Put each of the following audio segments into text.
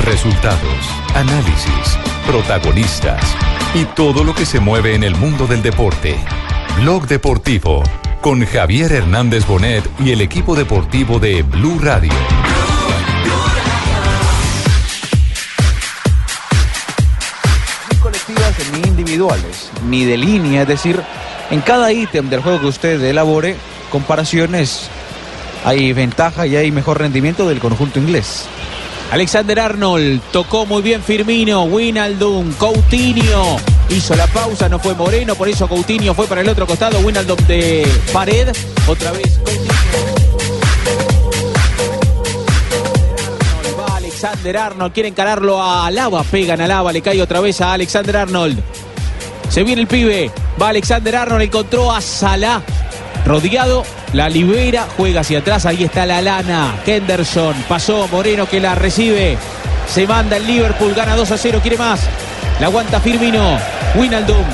Resultados, análisis, protagonistas y todo lo que se mueve en el mundo del deporte. Blog Deportivo con Javier Hernández Bonet y el equipo deportivo de Blue Radio. Ni colectivas ni individuales, ni de línea, es decir, en cada ítem del juego que usted elabore, comparaciones, hay ventaja y hay mejor rendimiento del conjunto inglés. Alexander Arnold tocó muy bien Firmino, Winaldum, Coutinho hizo la pausa, no fue Moreno, por eso Coutinho fue para el otro costado, Winaldum de pared, otra vez Coutinho. Va Alexander Arnold, quiere encararlo a Lava, pegan a Lava, le cae otra vez a Alexander Arnold. Se viene el pibe, va Alexander Arnold, encontró a Salah rodeado, la libera, juega hacia atrás, ahí está la lana, Henderson, pasó Moreno que la recibe, se manda el Liverpool, gana 2 a 0, quiere más, la aguanta Firmino, Winaldum.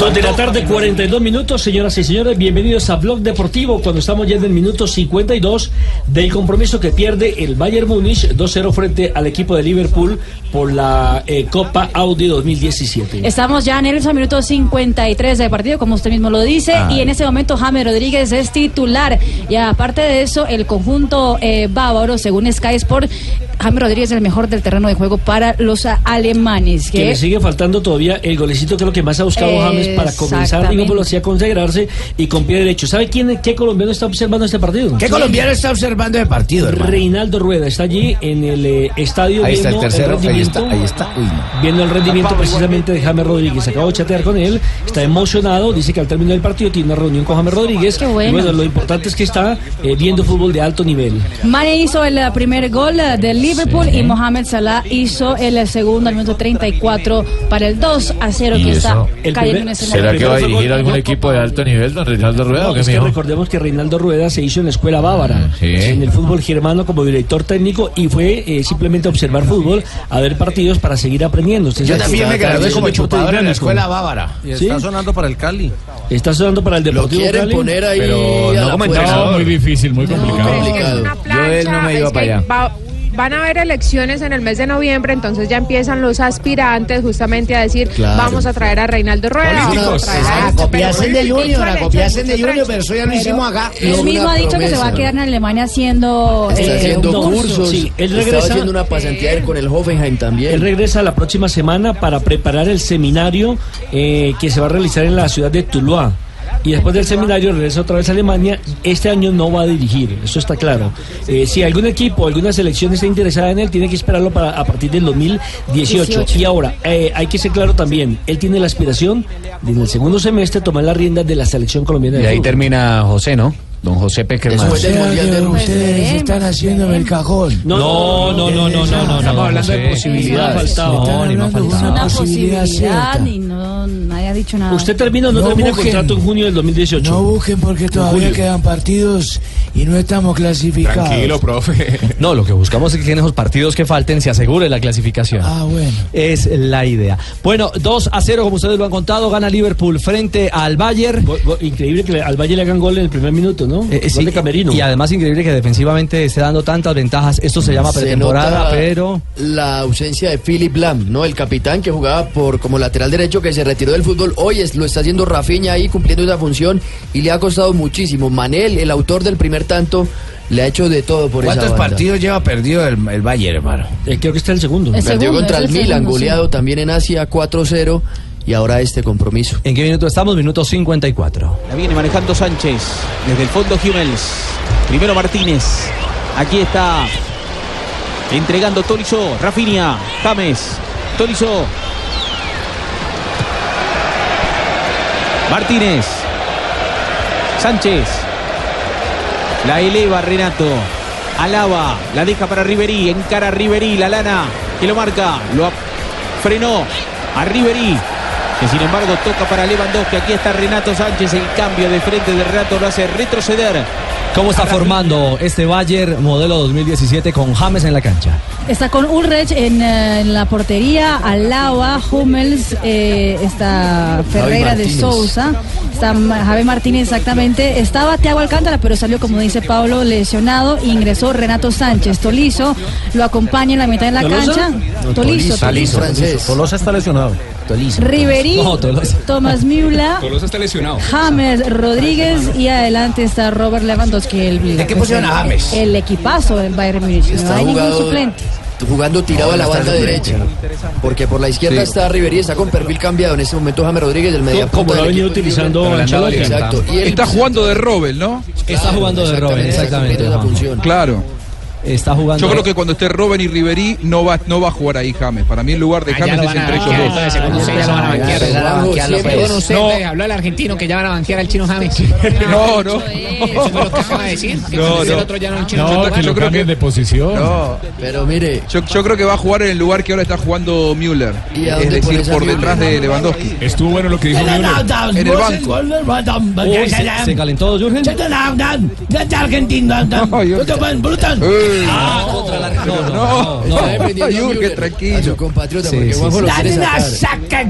Dos de la tarde, 42 minutos, señoras y señores, bienvenidos a Blog Deportivo, cuando estamos ya en el minuto 52 del compromiso que pierde el Bayern Múnich 2-0 frente al equipo de Liverpool por la eh, Copa Audi 2017. Estamos ya en el minuto 53 del partido, como usted mismo lo dice, Ay. y en este momento James Rodríguez es titular. Y aparte de eso, el conjunto eh, bávaro, según Sky Sport, James Rodríguez es el mejor del terreno de juego para los alemanes. Que, que le sigue faltando todavía el golecito, creo que más ha buscado James para comenzar, digo, velocidad, consagrarse y con pie derecho. ¿Sabe quién, qué colombiano está observando este partido? ¿Qué sí. colombiano está observando el partido? Hermano? Reinaldo Rueda está allí en el eh, estadio. Ahí está el tercero, el ahí está. Ahí está. Uy, no. Viendo el rendimiento precisamente de James Rodríguez. Acabo de chatear con él, está emocionado, dice que al término del partido tiene una reunión con James Rodríguez. Qué bueno. Y bueno, lo importante es que está eh, viendo fútbol de alto nivel. Mane hizo el primer gol del Liverpool sí. y Mohamed Salah hizo el segundo al minuto 34 para el 2 a 0 que está el primer, ¿Será que va a dirigir algún equipo de alto nivel, don Reinaldo Rueda? No, es que recordemos que Reinaldo Rueda se hizo en la escuela Ah, bávara, sí. en el fútbol germano como director técnico y fue eh, simplemente a observar fútbol, a ver partidos para seguir aprendiendo. Yo también me gradué como chupador en la escuela bávara. Y está ¿Sí? sonando para el Cali. Está sonando para el Deportivo Lo quieren Cali? poner ahí. Pero no como entrenador. muy difícil, muy complicado. No, plancha, Yo él no me iba para allá. Va van a haber elecciones en el mes de noviembre, entonces ya empiezan los aspirantes justamente a decir, claro. vamos a traer a Reinaldo Rueda. Políticos, la copiasen pero, de Junior, la copiasen de Junior, pero eso ya lo hicimos acá. Él mismo ha dicho promesa, que se va a quedar en Alemania haciendo, está eh, haciendo un curso. cursos. Sí, él regresa, estaba haciendo una pasantía eh, con el Hoffenheim también. Él regresa la próxima semana para preparar el seminario eh, que se va a realizar en la ciudad de Tuluá y después del seminario regresa otra vez a Alemania. Este año no va a dirigir, eso está claro. Eh, si algún equipo, alguna selección está interesada en él, tiene que esperarlo para a partir del 2018. 18. Y ahora, eh, hay que ser claro también, él tiene la aspiración de en el segundo semestre tomar las riendas de la selección colombiana. De y ahí fútbol. termina José, ¿no? Don José Peckerman. ustedes están haciéndome el cajón. No, no, no, no, no, no. Estamos hablando de posibilidades. No, ni más faltaba. Una posibilidad y no, nadie ha dicho nada. ¿Usted termina o no, termina el contrato en junio del 2018? No busquen porque todavía quedan partidos y no estamos clasificados. Tranquilo, profe. No, lo que buscamos es que en esos partidos que falten se asegure la clasificación. Ah, bueno. Es la idea. Bueno, 2 a 0, como ustedes lo han contado, gana Liverpool frente al Bayern. Increíble que al Bayern le hagan gol en el primer minuto, ¿no? Eh, sí, Camerino. Y además increíble que defensivamente esté dando tantas ventajas. Esto se llama pretemporada, se pero la ausencia de Philip Lam, ¿no? El capitán que jugaba por como lateral derecho que se retiró del fútbol, hoy es, lo está haciendo Rafinha ahí cumpliendo esa función y le ha costado muchísimo. Manel, el autor del primer tanto, le ha hecho de todo por ¿Cuántos esa partidos lleva perdido el, el Bayern, hermano? Eh, creo que está el segundo. El Perdió segundo, contra el, el Milan, segundo, goleado sí. también en Asia 4-0 y ahora este compromiso. ¿En qué minuto estamos? Minuto 54. La viene manejando Sánchez desde el fondo Hummels. Primero Martínez. Aquí está entregando Tolizo, Rafinha, James, Tolizo. Martínez. Sánchez. La eleva Renato. Alaba, la deja para Riverí, encara a Riverí, la lana que lo marca, lo ap- frenó a Riverí, que sin embargo toca para Lewandowski. Aquí está Renato Sánchez, el cambio de frente de Renato lo hace retroceder. ¿Cómo está formando este Bayern modelo 2017 con James en la cancha? Está con Ulrich en, eh, en la portería, Alaba, Hummels, eh, está Ferreira de Martínez. Sousa, está Ma- Javi Martínez exactamente, estaba Thiago Alcántara, pero salió, como dice Pablo, lesionado, ingresó Renato Sánchez, Tolizo, lo acompaña en la mitad de la ¿Tolosa? cancha, No, Tolizo, Tolizo, Tolizo. Tolosa está lesionado. Tolizo. Ribery, No, Tolosa. Tomás Müller, Tolosa está lesionado. James Rodríguez y adelante está Robert Lewandowski. El, ¿De qué pusieron a James? El equipazo del Bayern Múnich, no Está hay ningún jugado- suplente. Jugando tirado a la Ahora está banda el derecha. Porque por la izquierda Sí. está Riverí, está con perfil cambiado en este momento James Rodríguez, el media Como lo ha venido utilizando Ancelotti. Exacto. Y él Está jugando de Robel, ¿no? Está jugando de Robben, exactamente. Juanjo. Claro. Está jugando. Yo creo que cuando esté Robben y Riverí no va, no va a jugar ahí James. Para mí el lugar de James es entre ellos dos. Yo pues. no sé, No, ve, habló el argentino que ya van a banquear al chino James. No, no. Eso fue lo que acaba de decir. que No, con el no. otro ya no, el chino No, puede que lo jugar. cambien de posición. Pero mire. Yo, yo creo que va a jugar en el lugar que ahora está jugando Müller. ¿Y a Es dónde decir, pones a por Müller? detrás de Lewandowski. Estuvo bueno lo que dijo Müller. En el banco. Uy, se- se calentó Jürgen. Ah, No, no, Jürgen, tranquilo. compatriota, Sí, porque sí, Juanjo lo sí. quiere Dale una sacar. ¿Qué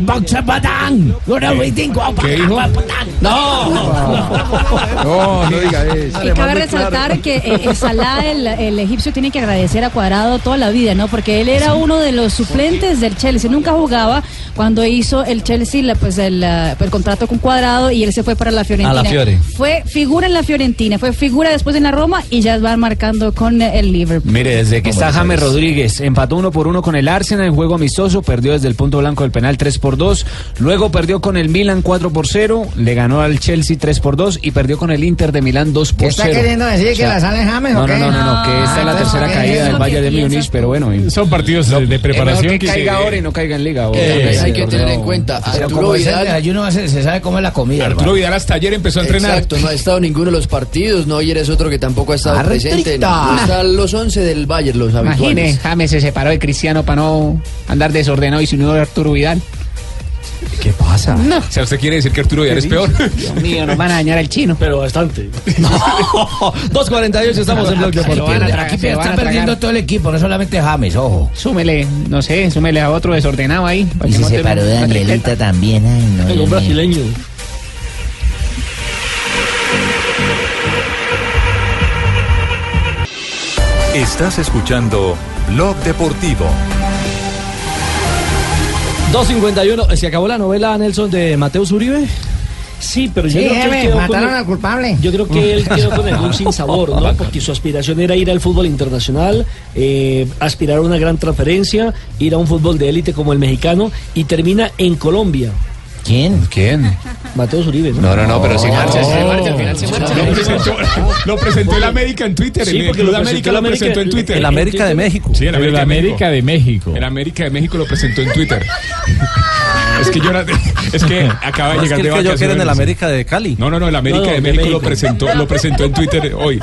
dijo? No, no diga eso. Y cabe resaltar que eh, eh, Salah, el, el egipcio, tiene que agradecer a Cuadrado toda la vida, ¿no? Porque él era uno de los suplentes del Chelsea, nunca jugaba cuando hizo el Chelsea la- pues el, eh, el contrato con Cuadrado y él se fue para la Fiorentina. A la Fiore. Fue figura en la Fiorentina, fue figura después en la Roma y ya van marcando con el Liverpool. Mire, desde que ¿Cómo está lo James sabes? Rodríguez, empató uno por uno con el Arsenal en juego amistoso, perdió desde el punto blanco del penal 3 por 2, luego perdió con el Milan 4 por 0, le ganó al Chelsea 3 por 2 y perdió con el Inter de Milán 2 por ¿Está 0. queriendo decir que la sale James o No, qué? no, no, no, no, que esta Ah, es la entonces, tercera ¿qué caída es del lo Bayern de que Múnich, pero bueno. Son partidos de, de preparación. que caiga ahora y no caiga en liga. o- Eh, hay que por tener favor. en cuenta. Pues Pero Arturo como es el Vidal. desayuno, se, sabe cómo es la comida. Arturo hermano. Vidal hasta ayer empezó a entrenar. Exacto, no ha estado en ninguno de los partidos. No, ayer es otro que tampoco ha estado Ah, Arretrita. presente. No, están los 11 del Bayern, los Imagine, habituales. James se separó de Cristiano para no andar desordenado y sin de Arturo Vidal. ¿Qué pasa? No. O sea, usted quiere decir que Arturo Vidal es peor. Dios mío, nos van a dañar al chino. Pero bastante. Oh, 2.48 estamos en Blog Deportivo. Aquí está perdiendo todo el equipo, no solamente James, ojo. Súmele, no sé, súmele a otro desordenado ahí. Y se separó de Danielita también. ay, no, El Dios mío. brasileño. Estás escuchando Blog Deportivo. 2.51. eh, ¿Se acabó la novela, Nelson, de Mateus Uribe? Sí, pero yo creo que él quedó con el- culpable. Yo creo que él quedó con algún sinsabor, ¿no? Porque su aspiración era ir al fútbol internacional, eh, aspirar a una gran transferencia, ir a un fútbol de élite como el mexicano y termina en Colombia. ¿Quién? ¿Quién? Mateo Uribe. No, no, no, pero sin marcha, se marcha, al final se marcha. Lo presentó- lo presentó el América en Twitter, el Club América lo presentó en Twitter. el América de México. Sí, el América, El América de México. El América de México lo presentó en Twitter. es que yo era de- es que acaba de Más que llegar de el que yo, que era vacaciones. del América de Cali. No, no, no, el América No, no, de de México, Lo, México. presentó, lo presentó en Twitter eh, hoy.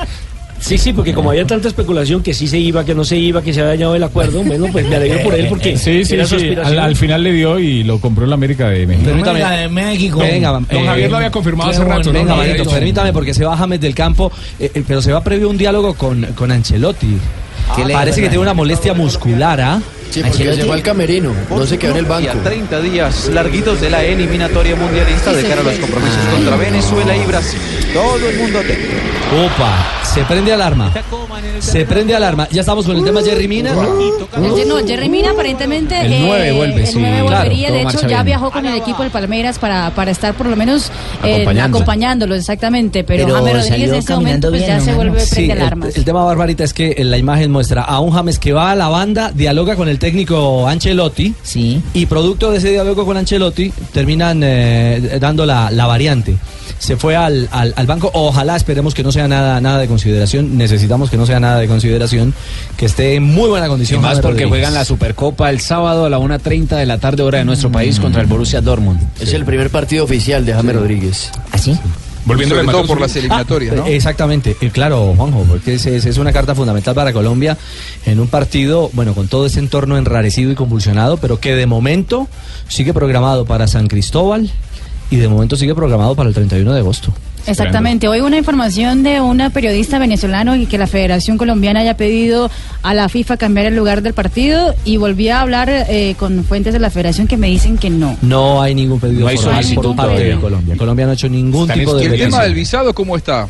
Sí, sí, porque como había tanta especulación que sí se iba, que no se iba, que se había dañado el acuerdo, bueno, pues me alegro por él porque Sí, Eh, sí, era su sí. Al, aspiración. al final le dio y lo compró el América de México. Permítame. Venga, Don eh, Javier lo había confirmado hace Venga, rato. ¿no? Lo había Marito, dicho. permítame, porque se va James del campo, eh, eh, pero se va previo un diálogo con, con Ancelotti. ¿Qué le Parece dijo, que tiene una molestia muscular, ¿ah? Sí, porque llegó al camerino. No se quedó en el Y a banco. 30 días larguitos de la eliminatoria mundialista de cara a los compromisos Ah. contra Venezuela y Brasil. Todo el mundo atento. Opa, se prende alarma. Se prende alarma. Ya estamos con el tema Jerry Mina. Oye, No, Jerry Mina aparentemente eh, El nueve vuelve, el sí. nueve Claro, volvería, todo de hecho marcha ya bien. viajó con el equipo del Palmeiras para, para estar por lo menos eh, Acompañando. acompañándolo exactamente, pero, Pero James Rodríguez salió en ese caminando momento pues, bien, ya se hermano. vuelve Sí, eh, frente el, al armas. el tema Barbarita es que eh, la imagen muestra a un James que va a la banda, dialoga con el técnico Ancelotti. Sí. Y producto de ese diálogo con Ancelotti, terminan eh, dando la, la variante. Se fue al, al- al banco. Ojalá esperemos que no sea nada, nada de consideración. Necesitamos que no sea nada de consideración. Que esté en muy buena Y condición. más James porque Rodríguez. juegan la Supercopa el sábado a la 1.30 de la tarde hora de nuestro país contra el Borussia Dortmund. Es el primer partido oficial de James Rodríguez. ¿Así? Volviendo Sobre a todo Mateo por las Zuluaga. eliminatorias, ¿no? ¿Ah, Exactamente, Eh, claro, Juanjo, porque es, es- es una carta fundamental para Colombia en un partido, bueno, con todo ese entorno enrarecido y convulsionado, pero que de momento sigue programado para San Cristóbal y de momento sigue programado para el 31 de agosto. Exactamente. Hoy una información de una periodista venezolano y que la Federación Colombiana haya pedido a la FIFA cambiar el lugar del partido y volví a hablar eh, con fuentes de la Federación que me dicen que no. No hay ningún pedido No hay formal por solicitud parte de todavía. Colombia. Colombia no ha hecho ningún tipo ¿Y de el tema petición. del visado cómo está?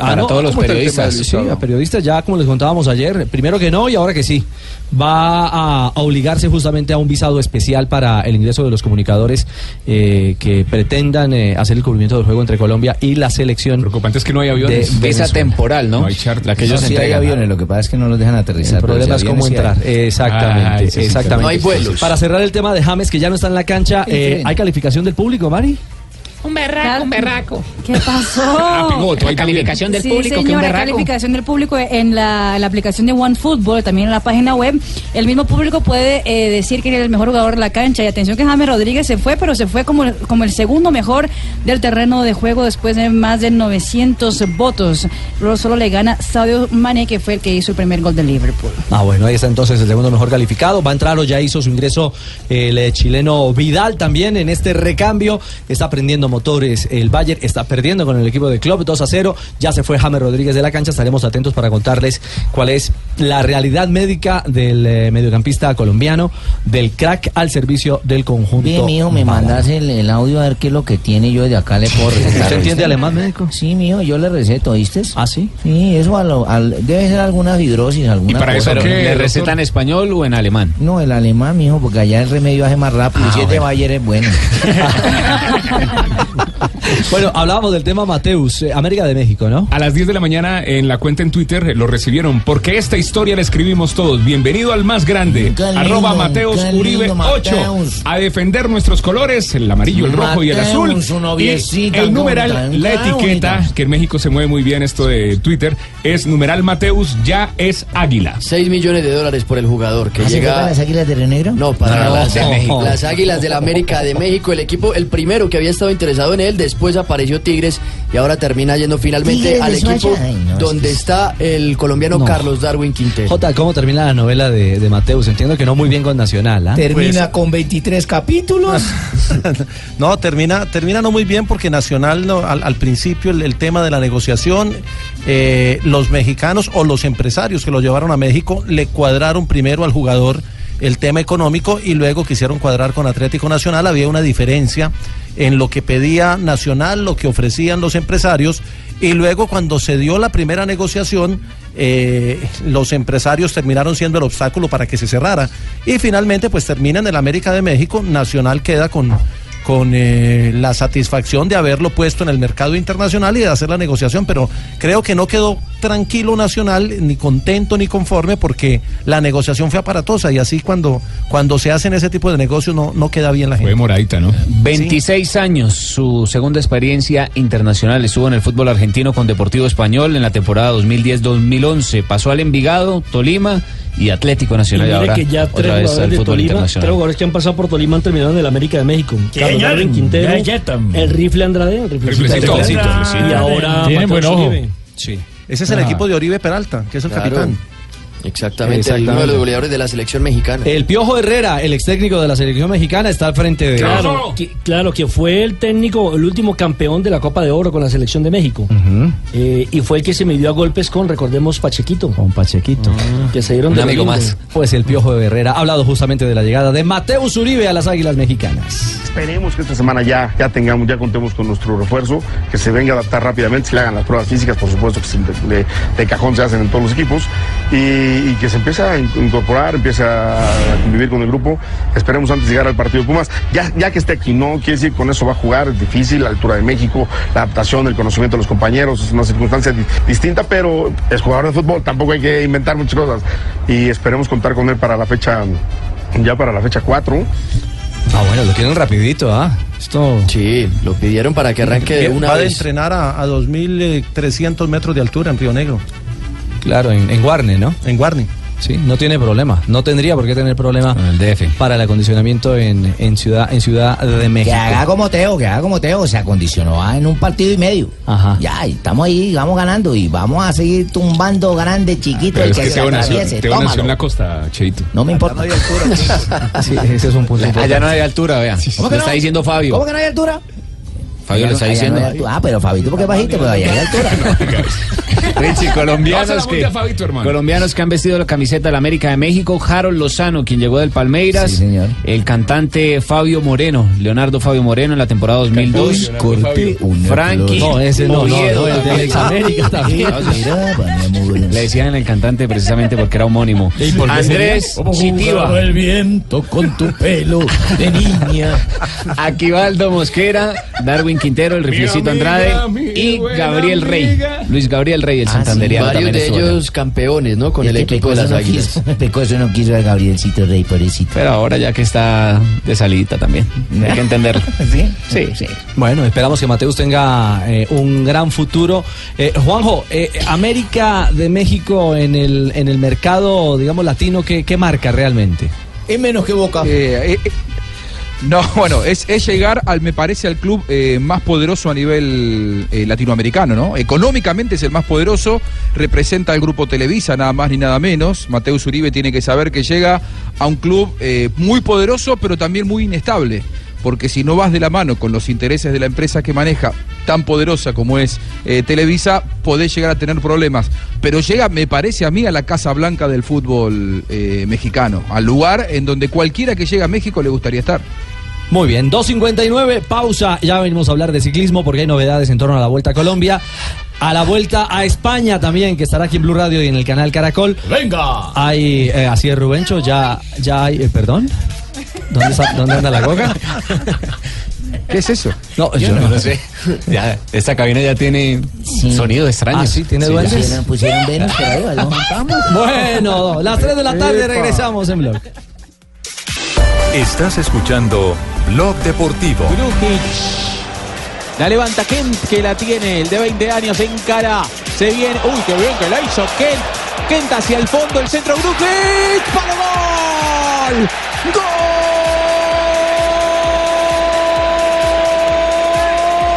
Ah, no, ¿cómo está el tema del Sí, a visado? periodistas ya, como les contábamos ayer, primero que no y ahora que sí, va a obligarse justamente a un visado especial para el ingreso de los comunicadores eh, que pretendan eh, hacer el cubrimiento del juego entre Colombia y la selección. Preocupante es que no hay aviones. Visa temporal, ¿no? No hay charter. La que ellos entregan. lo que pasa es que no los dejan aterrizar. El pero problema es si cómo aviones sí entrar. hay. Ah, Exactamente, ese sí, claro. exactamente. No hay vuelos. Para cerrar el tema de James, que ya no está en la cancha, Sí, eh, sí. ¿hay calificación del público, Mari? Un berraco, un berraco. ¿Qué pasó? Ah, piloto, ahí La también. calificación del Sí, público, que un señora, berraco. calificación del público en la, la aplicación de OneFootball, también en la página web. El mismo público puede eh, decir que es el mejor jugador de la cancha. Y atención que James Rodríguez se fue, pero se fue como, el- como el segundo mejor del terreno de juego después de más de 900 votos. Luego solo le gana Sadio Mane, que fue el que hizo el primer gol de Liverpool. Ah, bueno, ahí está entonces el segundo mejor calificado. Va a entrar o ya hizo su ingreso el eh, chileno Vidal también en este recambio. Está prendiendo motores el Bayern, está perdiendo con el equipo de Club 2 a 0. Ya se fue James Rodríguez de la cancha. Estaremos atentos para contarles cuál es la realidad médica del eh, mediocampista colombiano, del crack al servicio del conjunto. Bien, mijo, me bávaro. mandas el, el audio a ver qué es lo que tiene. Yo de acá le puedo recetar. ¿Usted entiende ¿oíste? alemán, médico? Sí, mijo, yo le receto, ¿oíste? ¿Ah, sí? Sí, eso a lo- al- debe ser alguna fibrosis, alguna para eso cosa. qué, ¿Le doctor? receta recetan español o en alemán? No, el alemán, mijo, porque allá el remedio hace más rápido. Ah, si es de bueno. Bayer es bueno. Bueno, hablábamos del tema Mateus, eh, América de México, ¿no? A las 10 de la mañana en la cuenta en Twitter eh, lo recibieron porque esta historia la escribimos todos. Bienvenido al más grande. Qué lindo, arroba Mateos qué lindo, Uribe 8. Mateus. A defender nuestros colores, el amarillo, el rojo y el Mateus, azul. su Y noviecita, el no, numeral, tan la etiqueta, que en México se mueve muy bien esto de Twitter, es numeral Mateus ya es águila. 6 millones de dólares por el jugador que ¿Ah, se fue llega. para las águilas de Río Negro? No, para No, las, de México. las Águilas del América de México, el equipo, el primero que había estado interesado en él, después apareció Tigres y ahora termina yendo finalmente Tigres al de equipo Soacha. Ay, no, es donde que- está el colombiano No. Carlos Darwin Quintero. Jota, ¿cómo termina la novela de, de Mateus? Entiendo que no muy bien con Nacional, ¿ah? Termina Pues, con 23 capítulos. no, termina, termina no muy bien porque Nacional no, al, al principio el, el tema de la negociación, eh, los mexicanos o los empresarios que lo llevaron a México le cuadraron primero al jugador el tema económico y luego quisieron cuadrar con Atlético Nacional. Había una diferencia en lo que pedía Nacional, lo que ofrecían los empresarios y luego cuando se dio la primera negociación, eh, los empresarios terminaron siendo el obstáculo para que se cerrara. Y finalmente, pues termina en el América de México, Nacional queda con, con eh, la satisfacción de haberlo puesto en el mercado internacional y de hacer la negociación, pero creo que no quedó tranquilo Nacional, ni contento ni conforme, porque la negociación fue aparatosa y así cuando, cuando se hacen ese tipo de negocios no, no queda bien la gente. Fue moradita, ¿no? 26 años, su segunda experiencia internacional estuvo en el fútbol argentino con Deportivo Español en la temporada 2010-2011. Pasó al Envigado, Tolima y Atlético Y Nacional. mire ahora que ya tres otra vez al jugadores, de fútbol Tolima, tres internacional. jugadores que han pasado por Tolima han terminado en el América de México. Carlos Señor, Darwin Quintero, ya, ya tam. el rifle Andrade, el riflecito. Riflecito. Andrade, Riflecito. Y ahora Tienen Mateus buen ojo. Uribe. Ese es el Ah. equipo de Oribe Peralta, que es el Claro. capitán. Exactamente, Exactamente. uno de los goleadores de la selección mexicana. El Piojo Herrera, el ex técnico de la selección mexicana, está al frente de. Claro, que, claro, que fue el técnico, el último campeón de la Copa de Oro con la selección de México. ¿Mm? Eh, y fue el que se midió a golpes con, recordemos, Pachequito. Con Pachequito. que se dieron de lindo. Pues el Piojo Herrera ha hablado justamente de la llegada de Mateus Uribe a las Águilas Mexicanas. Esperemos que esta semana ya, ya tengamos, ya contemos con nuestro refuerzo, que se venga a adaptar rápidamente, se le hagan las pruebas físicas, por supuesto que se- de, de cajón se hacen en todos los equipos, y, y que se empiece a in- incorporar, empiece a convivir con el grupo. Esperemos antes de llegar al partido de Pumas, ya, ya que esté aquí, no quiere decir con eso va a jugar, es difícil, la altura de México, la adaptación, el conocimiento de los compañeros, es una circunstancia di- distinta, pero es jugador de fútbol, tampoco hay que inventar muchas cosas. Y esperemos contar con él para la fecha, ya para la fecha 4. Ah, bueno, lo quieren rapidito, ¿ah? Esto. Sí, lo pidieron para que arranque de una va de vez. entrenar a, a 2.300 metros de altura en Río Negro. Claro, en, en Guarne, ¿no? En Guarne. Sí, no tiene problema. No tendría por qué tener problema para el acondicionamiento en, en ciudad en Ciudad de Que México. haga como Teo, que haga como Teo. Se acondicionó a- en un partido y medio. Ya, y estamos ahí, vamos ganando y vamos a seguir tumbando grande, chiquito. Pero el es que que se Teo nació, atraviese, Teo nació en tómalo. la costa, Cheito. No me Ah, importa. Sí, ese es un punto. Ah, Allá no hay altura, vea. Lo está diciendo Fabio. ¿Cómo que no hay altura? Fabio lo está Allá no diciendo. hay altura. ah, pero Fabito, ¿por qué bajito? Pero allá hay altura. Richie, No, se colombianos la que, monte a Fabi, tu hermano. colombianos que han vestido la camiseta de la América de México, Harold Lozano, quien llegó del Palmeiras, el cantante Fabio Moreno, Leonardo Fabio Moreno en la temporada 2002, Frankie, No, ese no, no, no, Oviedo el de también. Ex América también. Le decían el cantante precisamente porque era homónimo. Andrés Chitiva. el viento con tu pelo de niña. Aquivaldo Mosquera, Darwin Quintero, el riflecito Andrade y Gabriel Rey. Luis Gabriel Rey, el Ah, santanderiano varios también de estuvo allá. ellos campeones, ¿no? Con el equipo de las Águilas. Pecoso no quiso a Gabrielcito Rey, pobrecito. Pero ahora ya que Ah, está de salidita también, hay que entenderlo. ¿Sí? Sí, sí. Bueno, esperamos que Mateus tenga eh, un gran futuro. Eh, Juanjo, eh, América de México en el, en el mercado, digamos, latino, ¿qué, qué marca realmente? Es Eh, menos que Boca. Eh, no, bueno, es, es llegar, al, me parece, al club eh, más poderoso a nivel eh, latinoamericano, ¿no? Económicamente es el más poderoso, representa al grupo Televisa, nada más ni nada menos. Mateus Uribe tiene que saber que llega a un club eh, muy poderoso, pero también muy inestable. Porque si no vas de la mano con los intereses de la empresa que maneja, tan poderosa como es eh, Televisa, podés llegar a tener problemas. Pero llega, me parece a mí, a la Casa Blanca del fútbol eh, mexicano, al lugar en donde cualquiera que llega a México le gustaría estar. Muy bien, 2.59, pausa. Ya venimos a hablar de ciclismo porque hay novedades en torno a la Vuelta a Colombia. A la Vuelta a España también, que estará aquí en Blue Radio y en el canal Caracol. ¡Venga! Hay, eh, así es, Rubencho, ya, ya hay... eh, ¿Perdón? ¿Dónde, está- ¿Dónde anda la goga? ¿Qué es eso? No, Yo no lo sé. Ya, esta cabina ya tiene sonido extraño. Ah, sí, tiene duendes. ya. Pusieron Venus por ahí, ¿vale? Bueno, las 3 de la tarde Epa. regresamos en blog. Estás escuchando Blog Deportivo. La levanta Kent, que la tiene, el de 20 años en cara. Se viene. Uy, qué bien que la hizo Kent. Kent hacia el fondo, el centro Grukic. ¡Para gol!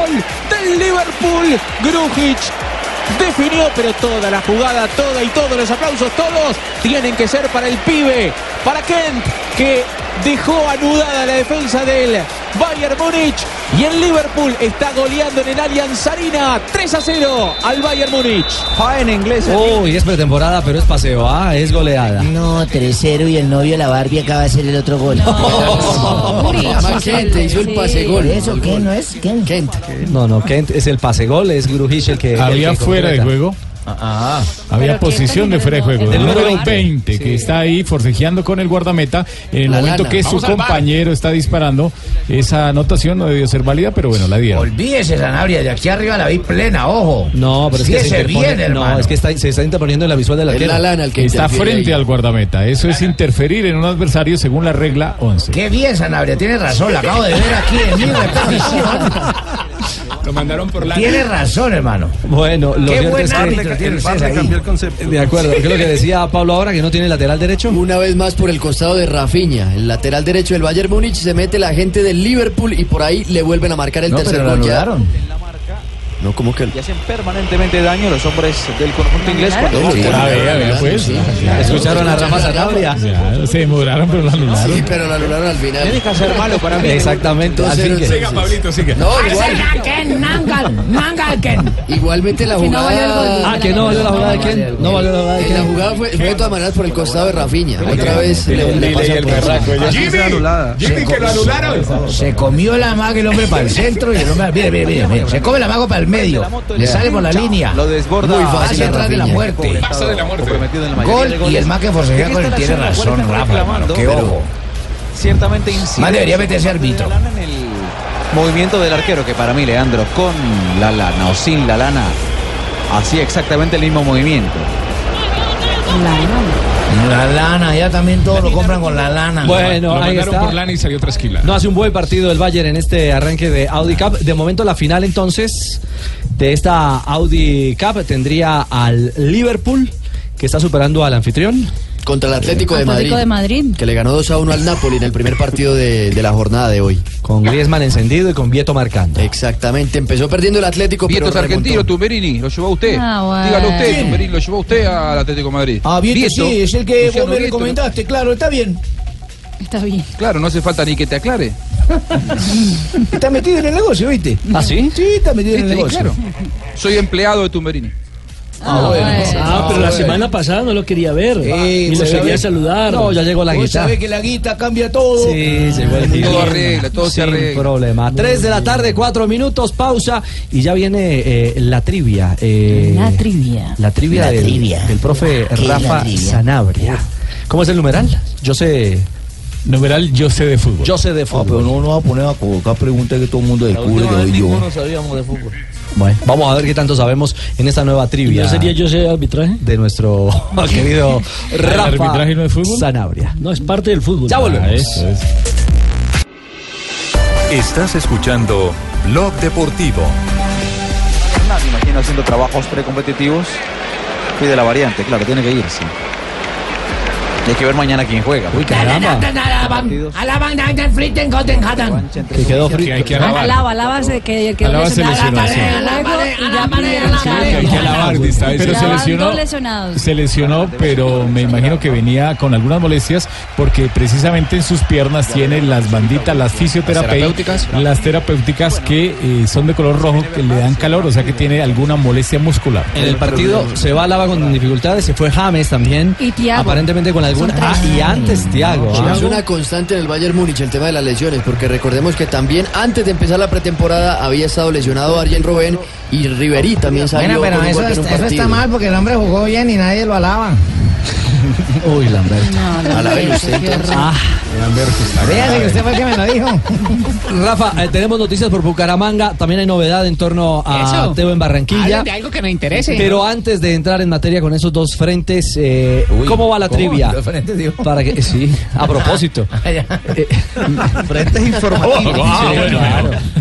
¡Gol! Del Liverpool, Grujic. Definió, pero toda la jugada, toda y todos los aplausos, todos tienen que ser para el pibe, para Kent, que dejó anudada la defensa del Bayern Múnich. Y el Liverpool está goleando en el Allianz Arena 3 a 0 al Bayern Múnich. en inglés. Uy, es pretemporada, pero es paseo. Ah, es goleada. No, 3-0 y el novio de la Barbie acaba de hacer el otro gol. Mamá Kent hizo el pase gol. ¿Eso qué? ¿No es? Kent. No, no, Kent es el pase gol, es Grujic el que. Había el que fuera de concreta. juego. Había Pero este que posición de fuera de juego. Del El número número 20 que está ahí forcejeando con el guardameta. En el La momento lana. que su Vamos al bar. compañero está disparando, esa anotación no debió ser válida, pero bueno, la dieron. Olvídese, Sanabria, de aquí arriba la vi plena, ojo. No, pero es que se Fíjese interpone- bien, hermano. No, es que está- se está interponiendo en la visual de la está frente al guardameta. Eso es interferir en un adversario según la regla 11. Qué bien, Sanabria, tienes razón, la acabo de ver aquí en mi repetición. Lo mandaron por la. Tienes razón, hermano. Bueno, lo Qué cierto buen es árbitro que tiene usted ahí. De acuerdo, ¿qué es lo que decía Pablo ahora? Que no tiene lateral derecho. Una vez más por el costado de Rafinha, el lateral derecho del Bayern Múnich, se mete la gente del Liverpool y por ahí le vuelven a marcar el No, tercer pero lo gol. ya. anularon. No, como que Y hacen permanentemente daño los hombres del conjunto inglés Ah, Pues, cuando Ah, Sí, votan. a ver, a ver, pues. Escucharon a Rafa Sanabria. Ya, se demoraron, pero la anularon. Ah, Sí, pero la anularon al final. Tiene que ser malo para mí. Exactamente. al fin que- Pablito, sigue. No, igual. Ken, Nangal, Nangal, Ken. Igualmente la Que no jugada. valió el gol. Ah, que no valió la jugada de Ken. No valió la jugada de Ken. La jugada fue, fue de todas maneras por el costado de Rafinha. Otra vez le, le pasan por encima. Se comió la maga el hombre para el centro y el hombre. Mire, mire, mire, mire. Se come la maga para el medio. Le sale por la línea. Lo desborda. Muy fácil, Hacia atrás de la Rafinha. muerte. Pasa de la muerte. Comprometido en la mayoría de Gol y goles. el más que ¿De forcejea qué con él están tiene haciendo? ¿Cuál razón, están Rafa, hermano. reclamando? Qué Pero ojo. Ciertamente incide. Más debería meterse árbitro. Movimiento del arquero que para mí, Leandro, con la lana o sin la lana, hacía exactamente el mismo movimiento. La lana, ya también todos lo compran con la lana. Bueno, lo ahí mandaron está. por lana y salió trasquila. No hace un buen partido el Bayern en este arranque de Audi Cup. De momento la final entonces de esta Audi Cup tendría al Liverpool que está superando al anfitrión. contra el Atlético, de, Madrid, Atlético de Madrid. Que le ganó 2 a 1 al Napoli en el primer partido de, de la jornada de hoy. Con Griezmann encendido y con Vieto marcando. Exactamente, empezó perdiendo el Atlético, Vieto es pero remontó. argentino, Tumberini, lo llevó a usted. Ah, bueno. Dígalo usted, ¿Quién? Tumberini, lo llevó a usted al Atlético de Madrid. Ah, Vieto, sí, es el que Luciano vos me Vieto, ¿no? recomendaste, claro, está bien. Está bien. Claro, no hace falta ni que te aclare. Está metido en el negocio, ¿viste? ¿Ah, sí? Sí, está metido en el ¿Viste? Y negocio. claro, soy empleado de Tumberini. Ah, pero la semana pasada no lo quería ver. y lo vos quería sabés- saludar. Vos sabés que la guita cambia todo. Sí, llegó el Todo Gil. arregla, todo se Sin arregla. problema. 3 de la tarde, 4 minutos, pausa. Y ya viene eh, la trivia. eh, La trivia. La trivia, La del, trivia. del profe ¿Qué es la Rafa trivia? Sanabria. ¿Cómo es el numeral? Yo sé. Numeral, yo sé de fútbol. Yo sé de fútbol. Ah, pero no nos va a poner a colocar preguntas que todo el mundo descubre sabíamos de fútbol. Bueno, vamos a ver qué tanto sabemos en esta nueva trivia. ¿No sería yo sé arbitraje? De nuestro querido Rafa arbitraje no es fútbol? Sanabria. No, es parte del fútbol. Ah, Ya volvemos. Estás escuchando Blog Deportivo. Me imagino haciendo trabajos precompetitivos. Fui de la variante, claro, tiene que irse. Y hay que ver mañana quién juega. Uy, Alaban, alaban, friten, goten, hatan. Que quedó frito. hay que Ah, Alaba, alaba se que, que Alaba se lesionó, sí. hay que alabar, está, Pero Pero se lesionó. lesionados. Se lesionó, pero me imagino que venía con algunas molestias porque precisamente en sus piernas tiene las banditas, las fisioterapéuticas, las terapéuticas que eh, son de color rojo que le dan calor, o sea que tiene alguna molestia muscular. En el partido se va Lava con dificultades, se fue James también. Y Thiago. Aparentemente con alguna. Son Ah, tres. y antes ¿ah? Tiago. Es una constante en el Bayern Múnich el tema de las lesiones, porque recordemos que también antes de empezar la pretemporada había estado lesionado Arjen Robben y Ribery también Bueno, salió pero con un eso, golpe en un es- eso está partido. mal porque el hombre jugó bien y nadie lo alaba. Uy, Lamberto. No, no, Ah, A la vez no, usted, qué entonces. Ah, Fíjese que usted fue el que me lo dijo. Rafa, eh, tenemos noticias por Bucaramanga. También hay novedad en torno a Eso. Teo en Barranquilla. Hablen de algo que me interese. Pero antes de entrar en materia con esos dos frentes, eh, ¿cómo va la ¿cómo? trivia? Los frentes, digo. Para que, sí, a propósito. frentes informativos.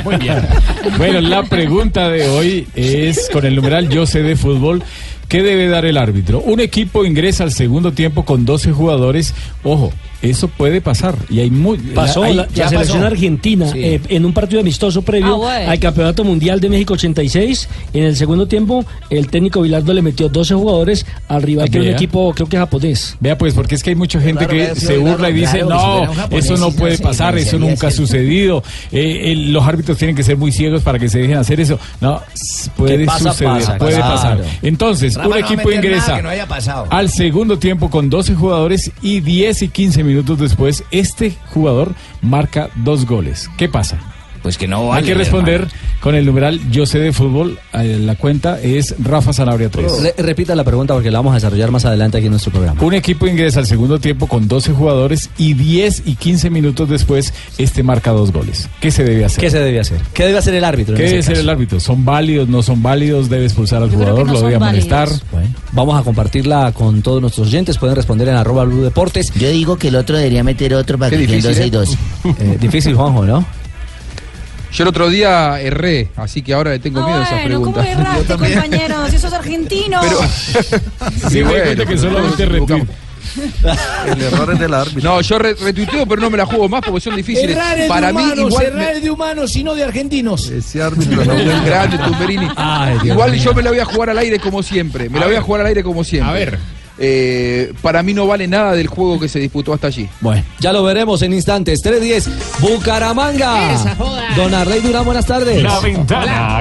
Muy bien. ah, Bueno, la pregunta de hoy es con el numeral Yo sé de fútbol. ¿Qué debe dar el árbitro? Un equipo ingresa al segundo tiempo con 12 jugadores. Ojo, eso puede pasar. Y hay muy. Pasó hay- la, la selección argentina Sí. eh, en un partido amistoso previo Ah, bueno. al Campeonato Mundial de México 86. En el segundo tiempo, el técnico Bilardo le metió 12 jugadores al rival que era un Vea. equipo, creo que japonés. Vea, pues, porque es que hay mucha gente Claro, que hubiera sido se Bilardo, burla y dice, claro, si fuera un no, japonés, eso no pues sí, puede sí, pasar, sí, eso sí, nunca ha sí. sucedido. Eh, el- los árbitros tienen que ser muy ciegos para que se dejen hacer eso. No, s- puede pasa, suceder, pasa, puede claro. pasar. Entonces, Rafa no un va a equipo meter nada ingresa que no haya pasado. al segundo tiempo con 12 jugadores y 10 y 15 minutos después, este jugador marca dos goles. ¿Qué pasa? Pues que no Hay que responder con el numeral Yo sé de fútbol. Eh, La cuenta es Rafa Sanabria 3. Re- repita la pregunta porque la vamos a desarrollar más adelante aquí en nuestro programa. Un equipo ingresa al segundo tiempo con 12 jugadores y 10 y 15 minutos después este marca dos goles. ¿Qué se debe hacer? ¿Qué se debe hacer? ¿Qué debe hacer el árbitro? en ¿Qué ese debe ser caso? el árbitro? ¿Son válidos? ¿No son válidos? ¿Debe expulsar al jugador? ¿Lo debe amonestar? Bueno, vamos a compartirla con todos nuestros oyentes. Pueden responder en arroba Blue Deportes. Yo digo que el otro debería meter otro para Qué que queden difícil, ¿eh? 12 y 2. difícil, Juanjo, ¿no? Yo el otro día erré, así que ahora le tengo miedo Ah, a esas preguntas. Erraste, compañeros, si sos argentino. Sí, bueno, que solamente retuit. El error es del árbitro. No, yo re- retuiteo, pero no me la juego más porque son difíciles. Errar es Para de mí, humanos, igual. errar es de humanos y no de argentinos. Ese árbitro no es grande, Tumberini. Dios Igual mío. yo me la voy a jugar al aire como siempre. Me A la voy a ver. jugar al aire como siempre. A ver. Eh, para mí no vale nada del juego que se disputó hasta allí. Bueno, ya lo veremos en instantes. 3-10, Bucaramanga. Esa Don Arley Durán, buenas tardes.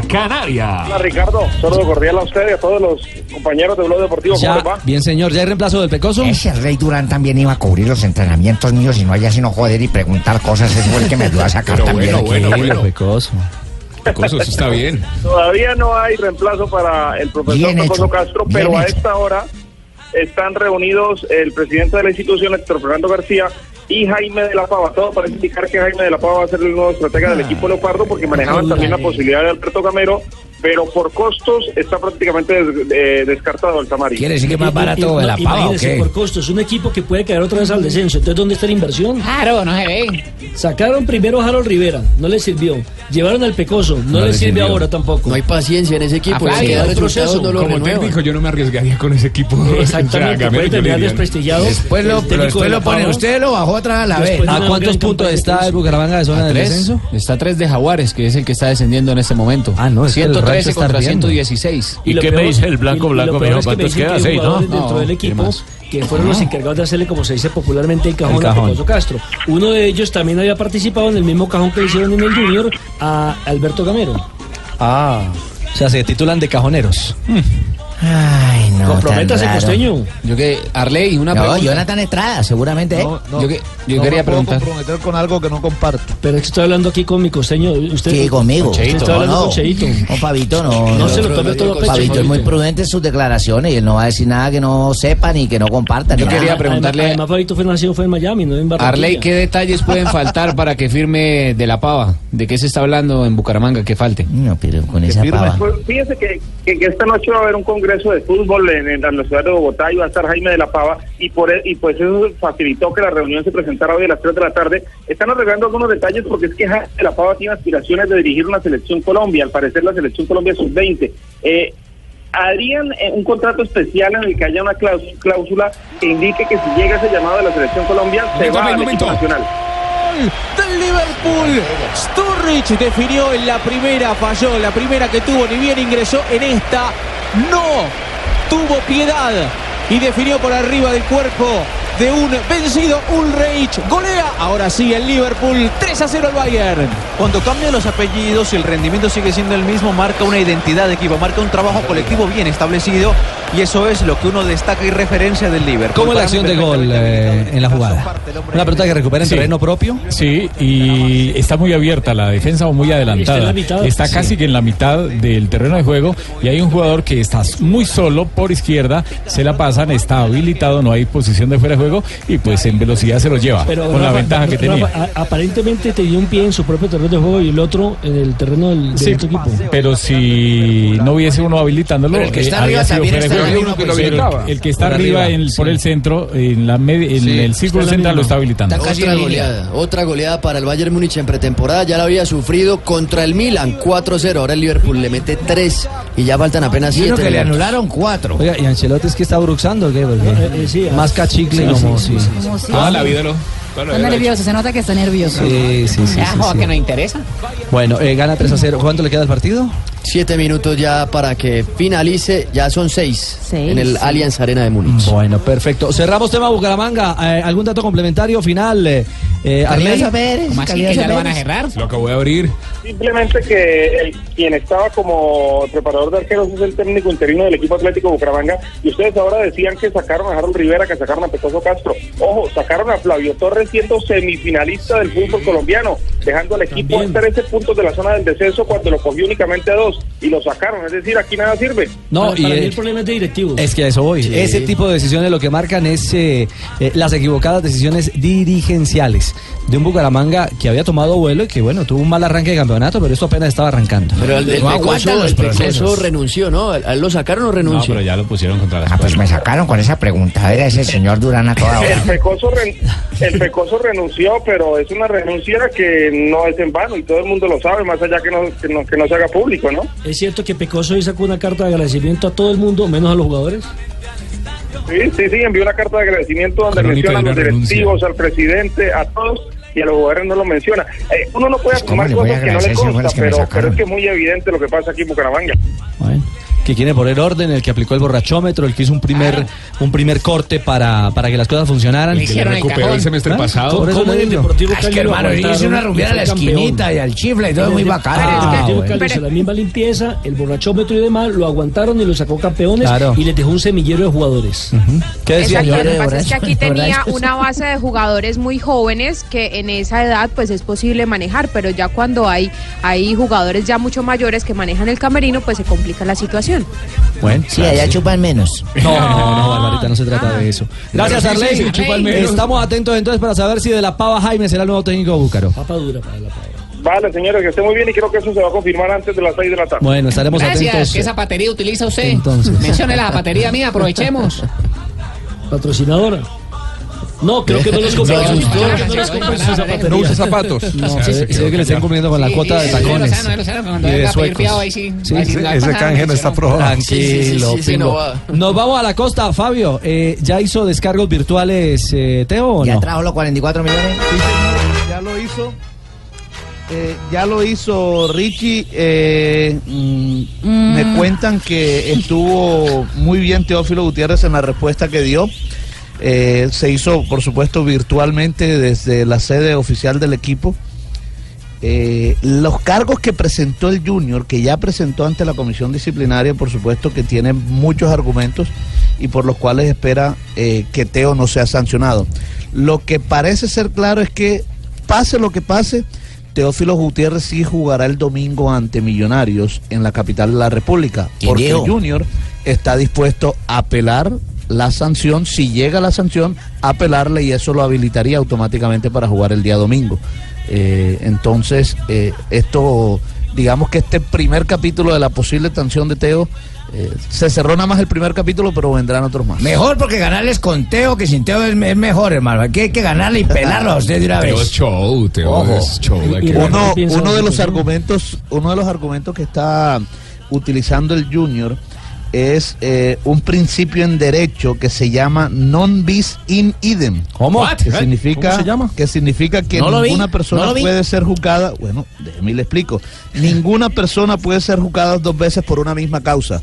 Canaria. Hola Ricardo, saludo cordial a usted y a todos los compañeros de Blog Deportivo. ¿Cómo Ya. les va? Bien, señor, ¿ya hay reemplazo del Pecoso? Ese Rey Durán también iba a cubrir los entrenamientos míos y no haya sino joder y preguntar cosas. Es el que me ayudó a sacar Pero también. bueno, aquí. bueno, bueno. Pecoso. Pecoso, eso está bien. Todavía no hay reemplazo para el profesor Bien Pecoso hecho, Castro, bien pero a hecho. esta hora están reunidos el presidente de la institución, Héctor Fernando García, y Jaime de la Pava. Todo parece Ah. indicar que Jaime de la Pava va a ser el nuevo estratega del equipo Leopardo porque manejaban también la posibilidad de Alberto Camero pero por costos está prácticamente des- eh, descartado el Tamari. de Imagínense, por costos, un equipo que puede caer otra vez al descenso. Entonces, ¿dónde está la inversión? Claro, no se ve. Sacaron primero a Harold Rivera, no le sirvió. Llevaron al Pecoso, no, le sirve ahora tampoco. No hay paciencia en ese equipo. Aparte, si da hay resultados, no proceso, lo Ah, pues, Como renuevan. técnico yo no me arriesgaría con ese equipo. Exactamente, puede terminar desprestigiado. Después lo, pero después lo ponen usted, lo bajó otra a la vez. ¿A cuántos puntos está el Bucaramanga de zona de tres. descenso? Está a tres de Jaguares, que es el que está descendiendo en este momento. Ah, no, es que el rancho 113 está contra ardiendo. 116. ¿Y ¿Y qué lo me peor- dice el blanco, Y- y lo blanco? peor Mijo, es que me ¿cuántos dicen queda? que hay Seis, ¿no? jugadores Dentro No, del equipo que fueron los encargados de hacerle, como se dice popularmente, el cajón, El cajón. a Pecoso Castro. Uno de ellos también había participado en el mismo cajón que le hicieron en el Junior a Alberto Gamero. Ah. O sea, se titulan de cajoneros. Ay, no. Comprométase, tan raro. costeño. Yo que, Arley, una no, pregunta. Jonathan Estrada, seguramente. ¿eh? No, no, Yo que- yo no quería me puedo preguntar. comprometer con algo que no comparto. Pero es que estoy hablando aquí con mi costeño. Usted, Sí, conmigo. Usted está hablando no, con Cheito. Con Fabito, no. No se lo tome todo a pecho, Fabito es Fabito. muy prudente en sus declaraciones y él no va a decir nada que no sepa ni que no comparta. ni nada. Además, además Fabito fue nacido fue en Miami, no en Barranquilla. Arley, ¿qué detalles pueden faltar para que firme de la pava? ¿De qué se está hablando en Bucaramanga que falte? No, pero con esa Pues fíjese que, que- que esta noche va a haber un congreso de fútbol en, en la ciudad de Bogotá y va a estar Jaime de la Pava y por e- y pues eso facilitó que la reunión se presentara hoy a las 3 de la tarde. Están arreglando algunos detalles porque es que Jaime de la Pava tiene aspiraciones de dirigir una selección Colombia, al parecer la selección Colombia sub-20. Eh, harían eh, un contrato especial en el que haya una claus- cláusula que indique que si llega ese llamado de la selección Colombia se Momento, va al momento. equipo nacional. del Liverpool. Sturridge definió en la primera, falló en la primera que tuvo, ni bien ingresó en esta. No tuvo piedad y definió por arriba del cuerpo de un vencido Ulreich. Golea ahora sí el Liverpool 3 a 0 al Bayern. Cuando cambian los apellidos y el rendimiento sigue siendo el mismo, marca una identidad de equipo, marca un trabajo colectivo bien establecido y eso es lo que uno destaca y referencia del Liverpool. ¿Cómo es la Para mí, acción de gol eh, en la jugada? Una pelota que recupera en Sí. terreno propio. Sí, y está muy abierta la defensa o muy Ah, adelantada. Está Está, en la mitad. Sí. casi que en la mitad del terreno de juego y hay un jugador que está muy solo por izquierda, se la pasan, está habilitado, no hay posición de fuera de juego y pues en velocidad se lo lleva Pero con la Rafa, ventaja que Rafa, tenía. a- aparentemente tenía un pie en su propio terreno de juego y el otro en el terreno del, del Sí, otro equipo. pero si no hubiese uno habilitándolo, Pero el que está eh, arriba había sido también fuera de está juego. en la misma Pero el- posición. el que está Por arriba arriba, en el- sí. por el centro, en, la med- en Sí, el círculo central lo está habilitando. Está casi otra goleada, otra goleada para el Bayern Múnich en pretemporada. Ya la había sufrido contra el Milan 4-0. Ahora el Liverpool le mete 3 y ya faltan apenas 7. anularon cuatro. Oiga, y Ancelotti es que está bruxando, ¿qué? Porque Eh, ah. más cachicle Sí, como sí, si. sí, Ah, Está nervioso, se nota que está nervioso. Sí, sí, sí, sí, sí. interesa. Bueno, eh, gana 3 a 0. ¿Cuánto le queda al partido? 7 minutos ya para que finalice. Ya son 6 en el sí. Allianz Arena de Múnich. Bueno, perfecto. Cerramos tema Bucaramanga. Eh, ¿Algún dato complementario final? Eh, eh, Arley? Calidad Pérez, ¿Cómo así que Calidad ya lo van a Pérez. cerrar? Lo acabo de abrir. Simplemente que el, quien estaba como preparador de arqueros es el técnico interino del equipo Atlético Bucaramanga. Y ustedes ahora decían que sacaron a Harold Rivera, que sacaron a Pecoso Castro. Ojo, sacaron a Flavio Torres siendo semifinalista del fútbol colombiano, dejando al equipo a 13 puntos de la zona del descenso cuando lo cogió únicamente a dos. Y lo sacaron, es decir, aquí nada sirve. No, Para- y para mí el- El problema es de directivos. Es que a eso voy. Sí. Ese tipo de decisiones lo que marcan es eh, eh, las equivocadas decisiones dirigenciales de un Bucaramanga que había tomado vuelo y que, bueno, tuvo un mal arranque de campeonato, pero esto apenas estaba arrancando. Pero el, el Pecoso- el Pecoso renunció, ¿no? ¿A él lo sacaron o renunció? No, pero ya lo pusieron contra las Ah, pues me sacaron con esa pregunta. Era ese señor Durán a toda El hora. pecoso, ren- el pecoso renunció, pero es una renuncia que no es en vano y todo el mundo lo sabe, más allá que no, que no, que no se haga público, ¿no? Es cierto que Pecoso hoy sacó una carta de agradecimiento a todo el mundo, menos a los jugadores. Sí, sí, sí, envió una carta de agradecimiento donde Crónica menciona a de los una renuncia. directivos, al presidente, a todos, y a los jugadores no lo menciona. Eh, uno no puede Pues, ¿cómo afirmar le voy a cosas que no le agradecer si fue consta, los que me pero, pero sacaron? es que es muy evidente lo que pasa aquí en Bucaramanga. que quiere poner orden, el que aplicó el borrachómetro, el que hizo un primer, un primer corte para, para que las cosas funcionaran. ¿Ah? El que le Hicieron el recuperó cajón. el semestre pasado. Por eso ¿Cómo le en el digo. Deportivo Ah, Cali lo aguantaron? hice una rumbiada a la Y fue campeón. esquinita y al chifla y todo muy bacano. Ah, Ah, bueno. bueno. Cali hizo la misma limpieza, el borrachómetro y demás, lo aguantaron y lo sacó campeones Claro. y les dejó un semillero de jugadores. ¿Qué Exacto, lo que pasa es que aquí tenía una base de jugadores muy jóvenes que en esa edad pues es posible manejar, pero ya cuando hay, hay jugadores ya mucho mayores que manejan el camerino pues se complica la situación. Bueno, Sí, allá chupan menos. No, no, no, Barbarita, no se trata de eso. Gracias, Pero Ah. sí, sí, Arley. se chupa al menos. Estamos atentos entonces para saber si de la pava Jaime será el nuevo técnico de Búcaro. Papa dura para la pava. Vale, señores, que esté muy bien y creo que eso se va a confirmar antes de las 6 de la tarde. Bueno, estaremos Gracias, atentos. ¿qué zapatería utiliza usted? Entonces. Mencione la zapatería mía, aprovechemos. Patrocinadora. No, creo que no los compramos. No, creo no, que no los compramos no, sus zapaterías. no usa zapatos. No, se ve- se ve que le están cumpliendo con la Y- cuota y de el Lozano, tacones. el Lozano, cuando Y venga de a pedir suecos. fiado, ahí sí, Sí, ahí sí, ese- la ese pasada, canje no mencionó. está aprobado. Tranquilo, Pingo. Nos vamos a la costa, Fabio. Eh, ¿Ya hizo descargos virtuales, eh, Teo? o ¿Ya no? trajo los 44 millones? Ya lo hizo. eh, ya lo hizo Richie. eh, mm, Me cuentan que estuvo muy bien Teófilo Gutiérrez en la respuesta que dio. Eh, se hizo, por supuesto, virtualmente desde la sede oficial del equipo. Eh, los cargos que presentó el Junior, que ya presentó ante la comisión disciplinaria, por supuesto que tiene muchos argumentos y por los cuales espera eh, que Teo no sea sancionado. Lo que parece ser claro es que, pase lo que pase, Teófilo Gutiérrez sí jugará el domingo ante Millonarios en la capital de la República, ¿Quién porque dijo? el Junior está dispuesto a apelar la sanción, si llega la sanción, apelarle y eso lo habilitaría automáticamente para jugar el día domingo. Eh, entonces, eh, esto, digamos que este primer capítulo de la posible sanción de Teo, eh, se cerró nada más el primer capítulo, pero vendrán otros más. Mejor porque ganarles con Teo que sin Teo es, es mejor, hermano. Aquí hay que ganarle y pelarlo a usted de una Teo vez. es show, Teo es show, hay que ganar. Uno, Piensa uno de eso, los sí. argumentos, uno de los argumentos que está utilizando el Junior es eh, un principio en derecho que se llama non bis in idem. ¿Cómo? Que significa, ¿Cómo se llama? Que significa que No lo vi, ninguna no persona lo vi. puede ser juzgada. Bueno, déjeme le explico. Ninguna persona puede ser juzgada dos veces por una misma causa.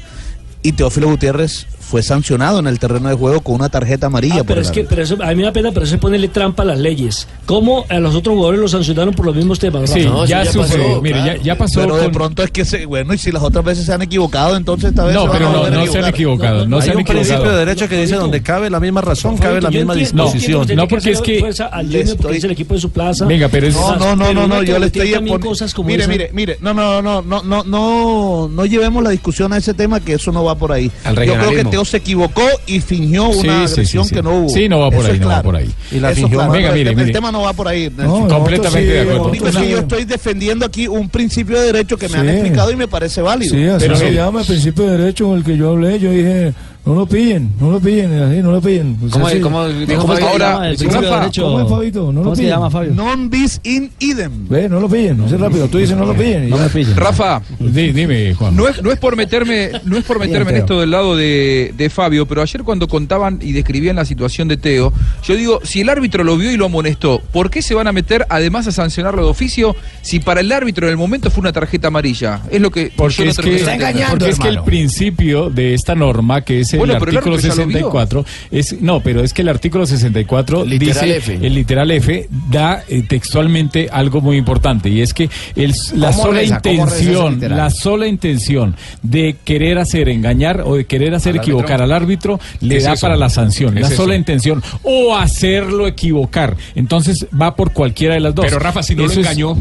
Y Teófilo Gutiérrez fue sancionado en el terreno de juego con una tarjeta amarilla. Ah, por Pero el es que árbitro. pero eso, a mí me da pena, pero eso es ponerle trampa a las leyes. ¿Cómo a los otros jugadores los sancionaron por los mismos temas? Rafa? Sí, ya sucedió, mire, ya- ya pasó Pero de con- pronto es que se, bueno, y si las otras veces se han equivocado, entonces esta vez No, se van pero a no, volver a no se han equivocar. equivocado, no se Hay han un equivocado. principio de derecho que dice donde cabe la misma razón, cabe la Yo misma entiendo- yo entiendo disposición. que usted tiene que hacer fuerza al Junior porque es el equipo de su plaza. no, no, no, Pero no, no, hay que yo le admitir estoy también pon- cosas como Mire, esa. mire, mire, no, no, no, no, no, no, no llevemos la discusión a ese tema que eso no va por ahí. yo creo Al que regionalismo. Teo se equivocó y fingió Sí, una sí, sí, agresión sí. que no hubo. Sí, no va por Eso ahí, es no va claro. por ahí. Y la Eso es fingió. claro. Venga, el, mire, tema- el mire. tema no va por ahí. No, no, Completamente de acuerdo. Lo único es que yo estoy defendiendo aquí un principio de derecho que me han Sí. explicado y me parece válido. Sí, así Pero se mire, llama el principio de derecho con el que yo hablé. Yo dije, no lo pillen, no lo pillen, así, no lo pillen. Pues ¿Cómo es- así. cómo dijo ¿Cómo es que Fabio? se llama el principio de Rafa, derecho? ¿Cómo es, Fabito? No lo ¿Cómo se pillen. llama, Fabio? Non bis in idem. Ve, no lo pillen, no sé rápido. Tú dices, no lo pillen. y ya. Rafa, dime, Juan. No es, no es por meterme, no es por meterme en Teo. esto del lado de, de Fabio, pero ayer cuando contaban y describían la situación de Teo, yo digo, si el árbitro lo vio y lo amonestó, ¿por qué se van a meter además a sancionarlo de oficio si para el árbitro en el momento fue una tarjeta amarilla? Es lo que yo Porque no es, termino que, de entender. porque es que el principio de esta norma, que es el Bueno, pero el artículo árbitro ya lo vio. 64, es no, pero es que el artículo 64 Literal dice, F. el literal F da eh, textualmente algo muy importante y es que el, la ¿Cómo sola reza? ¿Cómo reza ese intención, literal? la sola intención de querer hacer engañar o de querer hacer ¿Al árbitro? equivocar al árbitro le Es da eso. para la sanción, Es la eso. sola intención o hacerlo equivocar, entonces va por cualquiera de las dos. Pero, Rafa, si no lo Eso es- engañó.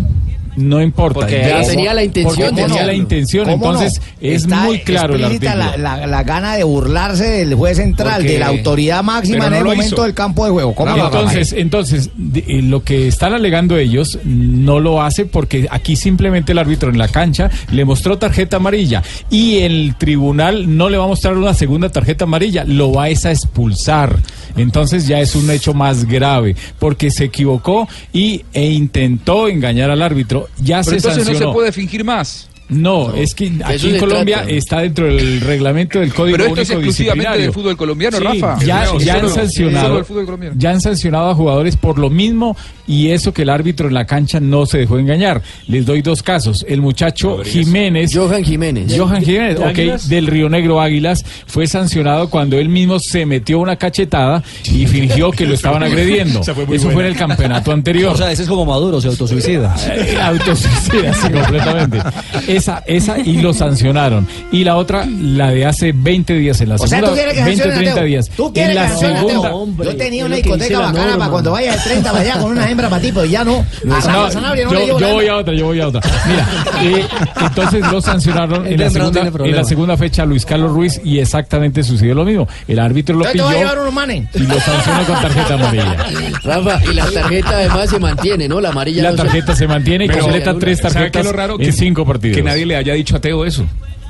no importa. Porque Ya- tenía la porque tenía la intención, ¿Cómo no? entonces es Está muy claro el explícita artículo. La, la- la gana de burlarse del juez central, Porque- de la autoridad máxima Pero en no el lo momento hizo. del campo de juego. ¿Cómo No, lo haga, entonces, entonces de- eh, lo que están alegando ellos no lo hace porque aquí simplemente el árbitro en la cancha le mostró tarjeta amarilla y el tribunal no le va a mostrar una segunda tarjeta amarilla, lo va es a expulsar. Entonces ya es un hecho más grave porque se equivocó y, e intentó engañar al árbitro. Ya Pero se entonces sancionó. no se puede fingir más. No, es que eso aquí en se Colombia trata. está dentro del reglamento del Código Pero esto es Único exclusivamente Disciplinario. del fútbol colombiano, Sí, Rafa. Ya, Solo- ya han solo- solo sancionado, del fútbol colombiano. ya han sancionado a jugadores por lo mismo y eso que el árbitro en la cancha no se dejó engañar. Les doy dos casos. El muchacho Jiménez, Johan Jiménez. Johan Jiménez, ¿De ok, Águilas? del Río Negro Águilas, fue sancionado cuando él mismo se metió una cachetada y fingió que lo estaban agrediendo. Esa Eso fue muy fue en buena. el campeonato anterior. O sea, ese es como Maduro, se autosuicida. Eh, Autosuicida, sí, completamente. Esa, esa y lo sancionaron. Y la otra, la de hace 20 días en la O sea, segunda. tú quieres que 20 sancionen a 30 Teo. días. Tú en quieres la que sancionen a Teo. segunda. Yo tenía una es lo que dice discoteca la bacana norma. para cuando vaya el 30 para allá con una hembra para ti, pero ya no. Ah, No, A Santa Sanabria no le yo, llevo yo la voy hembra. a otra, yo voy a otra. Mira, eh, entonces lo sancionaron en la, Hembra no segunda, tiene en problema. la segunda fecha a Luis Carlos Ruiz y exactamente sucedió lo mismo. El árbitro lo Entonces te voy a pilló llevar unos manes. y lo sancionó con tarjeta amarilla. Rafa, y la tarjeta además se mantiene, ¿no? La amarilla La no se- tarjeta se mantiene y Pero- completa tres ¿sabe qué tarjetas es lo raro? en Que- cinco partidos. que nadie le haya dicho a Teo eso.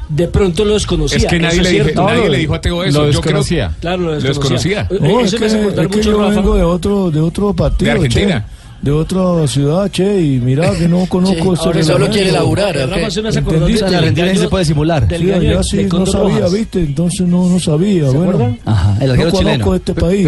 De pronto lo desconocía. Es que nadie eso le dije- cierto. nadie le dijo a Teo eso, Lo yo creo- desconocía. Claro, lo lo desconocía. desconocía. Eh, No, es eso que, me hace acordar es que mucho, yo Rafa. vengo de otro, de otro partido. ¿De Argentina? che, de otra ciudad, che, y mira que no conozco Sí, ahora solo quiere laburar, ¿o qué? ¿Entendiste? La Argentina sí se puede simular. Sí, allá sí no sabía, viste, entonces no, no sabía. bueno, Ajá, el no arquero conozco chileno. este país.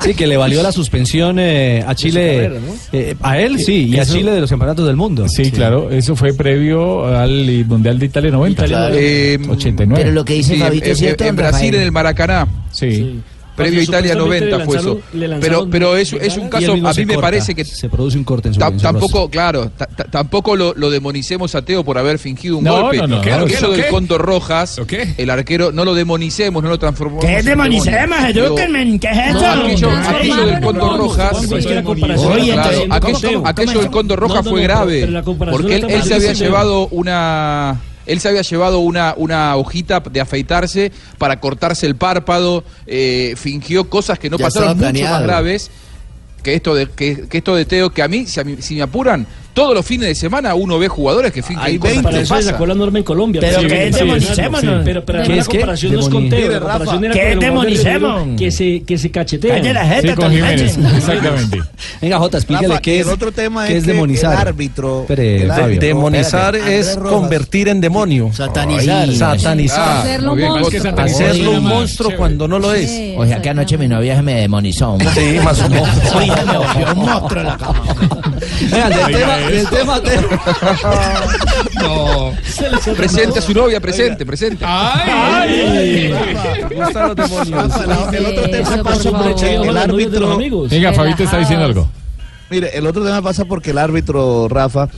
Sí, que le valió la suspensión eh, a Chile. Carrera, ¿no? eh, a él sí, y a Eso- Chile de los campeonatos del mundo. Sí, claro, eso fue previo al Mundial de Italia 90. Italia, Eh, 89. Sí, en, en- en Brasil, en el Maracaná. Sí. Previo a Porque Italia supuestamente 90 fue eso. lanzaron- le Pero, lanzaron pero es, es un bengalas. caso, Y él mismo a se mí me corta, parece que Se produce un corte en su, Tam- en su rostro. tampoco, claro, ta- ta- tampoco lo, lo demonicemos a Teo por haber fingido un No, golpe. no, no, El ¿qué, caso lo qué, lo del qué? Cóndor Rojas, el arquero, no lo demonicemos, no lo transformamos. ¿Qué en es demonicemos, demonio. edúquenme? ¿Qué es No, esto? aquello, No, aquello no, del no, Cóndor no, Rojas, eh, no, no, no, no, no, no, no, Oye, no, claro, no, no, aquello, no, no, aquello no, del Cóndor no, Rojas no, fue no, grave, pero la comparación porque él, está él se había malísima. llevado una, él se había llevado una, una hojita de afeitarse para cortarse el párpado, eh, fingió cosas que no Ya pasaron estaba mucho más planeado. graves que esto de que, que esto de Teo que a mí si, a mí- si me apuran todos los fines de semana uno ve jugadores que fingen Hay cosas que 20. Para no eso se pasan. sacó la norma en Colombia. Pero que sí, demonicémonos. sí, Pero, pero ¿Qué la es que? comparación no es con Demoni- Teo. Mire, La Rafa, comparación era ¿qué con el jugador de demonicemos? River que se, que se cachetea. Sí, con Jiménez, exactamente. Venga, Jota, explíquele Rafa, y qué es, el otro tema qué es es que el demonizar. árbitro- Espere, el Fabio. árbitro- Demonizar es convertir en demonio. Satanizar. Ay, satanizar. Hacerlo Muy bien, más que monstruo. satanizar. Hacerlo un monstruo cuando no lo es. O sea que anoche mi novia se me demonizó. Sí, más o menos. me volvió un monstruo en la cama. Venga, del Oiga, tema, del tema Teo. No. Presente a su novia, presente, presente. ¡Ay! El otro tema eso, pasa por favor. porque Con el las novias de los árbitro. amigos. Venga, Fabito está diciendo algo. Mire, el otro tema pasa porque el árbitro, Rafa,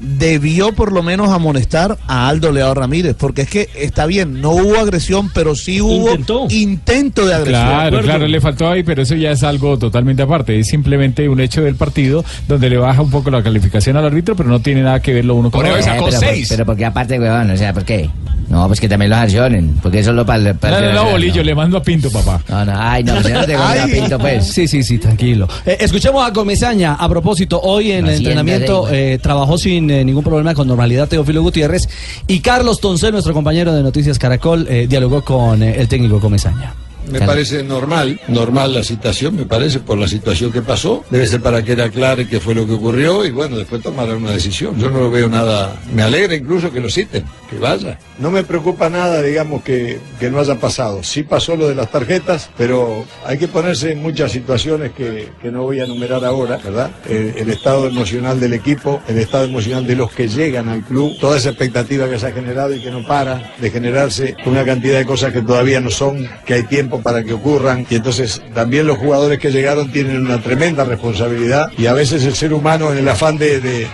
debió por lo menos amonestar a Aldo Leao Ramírez, porque es que está bien, no hubo agresión, pero sí hubo intento de agresión. Claro, claro, le faltó ahí, pero eso ya es algo totalmente aparte. Es simplemente un hecho del partido donde le baja un poco la calificación al árbitro, pero no tiene nada que ver lo uno con lo Eh, otro. pero, por- pero porque aparte, weón, o sea, ¿por qué? No, pues que también los accionen, porque eso lo para... No, no, no, bolillo, le mando a Pinto, papá. No, no, ay, no, yo no te conté a Pinto, pues. Sí, sí, sí, tranquilo. Eh, escuchemos a Comesaña. A propósito, hoy en el Hacienda entrenamiento eh, trabajó sin eh, ningún problema con normalidad Teófilo Gutiérrez. Y Carlos Toncel, nuestro compañero de Noticias Caracol, eh, dialogó con eh, el técnico Comesaña. Me parece normal, normal la situación, me parece, por la situación que pasó. Debe ser para que era claro qué fue lo que ocurrió y bueno, después tomarán una decisión. Yo no lo veo nada, me alegra incluso que lo citen, que vaya. No me preocupa nada, digamos, que, que no haya pasado. Sí pasó lo de las tarjetas, pero hay que ponerse en muchas situaciones que, que no voy a enumerar ahora, ¿verdad? El, el estado emocional del equipo, el estado emocional de los que llegan al club, toda esa expectativa que se ha generado y que no para de generarse, una cantidad de cosas que todavía no son, que hay tiempo para que ocurran. Y entonces también los jugadores que llegaron tienen una tremenda responsabilidad y a veces el ser humano en el afán de- de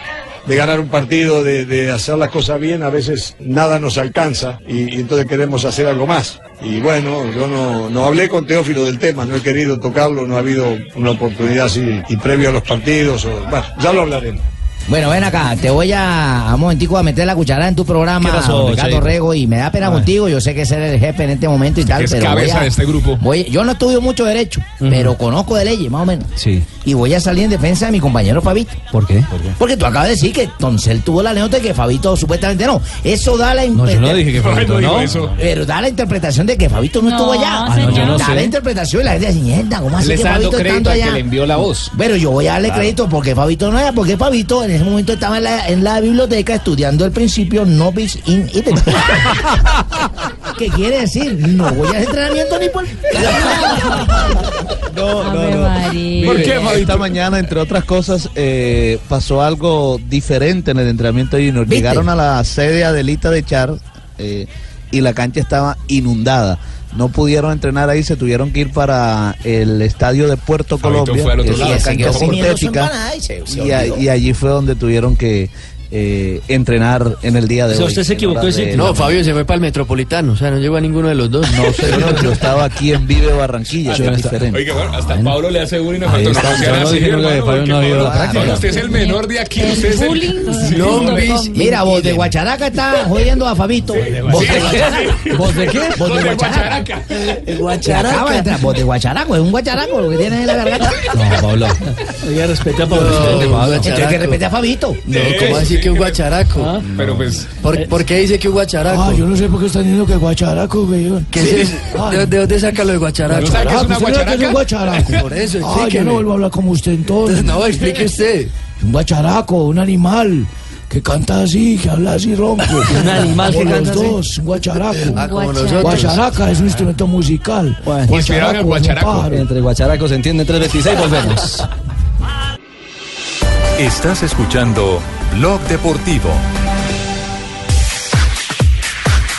de ganar un partido, de, de hacer las cosas bien, a veces nada nos alcanza y, y entonces queremos hacer algo más. Y bueno, yo no, no hablé con Teófilo del tema, no he querido tocarlo, no ha habido una oportunidad así y previo a los partidos, o, bueno, ya lo hablaremos. Bueno, ven acá, te voy a, a un momentico a meter la cuchara en tu programa, ¿Qué pasó, don Ricardo Cheito? Rego, y me da pena contigo, yo sé que ser el jefe en este momento y tal, es pero cabeza voy a- de este grupo. voy- yo no estudio mucho derecho, pero conozco de leyes, más o menos. Sí. Y voy a salir en defensa de mi compañero Fabito. ¿Por qué? Porque tú acabas de decir que Toncel tuvo la anécdota de que Fabito supuestamente no. Eso da la No, yo no interpretación. dije que Fabito No, no no. digo eso. Pero da la interpretación de que Fabito no, No, estuvo allá. Ah, no, yo no da sé. la interpretación y la gente dice, "Mierda, ¿cómo así Le que está dando Fabito crédito estando al que allá? le envió la voz. Pero yo voy a darle Claro. crédito porque Fabito no era, porque Fabito en ese momento estaba en la, en la biblioteca estudiando el principio no bitch in it. ¿Qué quiere decir? No voy a entrenamiento ni por. No, no, no. María. Mire, Esta mañana, entre otras cosas, eh, pasó algo diferente en el entrenamiento junior. Llegaron a la sede Adelita de Char eh, y la cancha estaba inundada. No pudieron entrenar ahí, se tuvieron que ir para el estadio de Puerto Fabito Colombia, fue al otro que es lado. una Y siguió cancha comiendo su sintética, empanada y se- se y, a- olvidó. y allí fue donde tuvieron que eh, entrenar en el día de O sea, hoy. usted se equivocó de sitio. No, Fabio se fue para el Metropolitano, o sea, no llegó a ninguno de los dos. No, pero yo estaba aquí en Vive Ah, Barranquilla, que es diferente. Oiga, bueno, hasta Pablo le hace bullying a Ahí Falcón. está, No, yo no sea así, dije nunca que hermano, Pablo porque no ha ido a la Pablo- práctica. usted es el menor de aquí. El usted es el- bullying. Sí. Mira, vos de Guacharaca está jodiendo a Fabito. Vos de Guacharaca. ¿Vos de qué? Vos de Guacharaca. Guacharaca. Acaba de entrar. Vos de Guacharaco, es un guacharaco lo que tienes en la garganta. No, Pablo. Oiga, respete a Pablo. Respete, Pablo. Entonces, que respete a Fabito. No, ¿cómo Eh, así que un guacharaco? ah, Pero pues. ¿Por, por qué dice que un guacharaco? Ah, yo no sé por qué están diciendo que guacharaco, weón. ¿Qué es eso? ¿De, de dónde saca lo de guacharaco? Ah, pues ¿Usted sabe qué es un guacharaco? Por eso, Ah, yo explíqueme. no vuelvo a hablar como usted entonces. No, explique usted. Un guacharaco, un animal que canta así, que habla así ronco. Un animal Como que los canta así. dos, un guacharaco. Ah, como nosotros. Guacharaca es un instrumento musical. Inspirado en el guacharaco. Entre guacharacos se entiende 326, volvemos. Estás escuchando Blog Deportivo.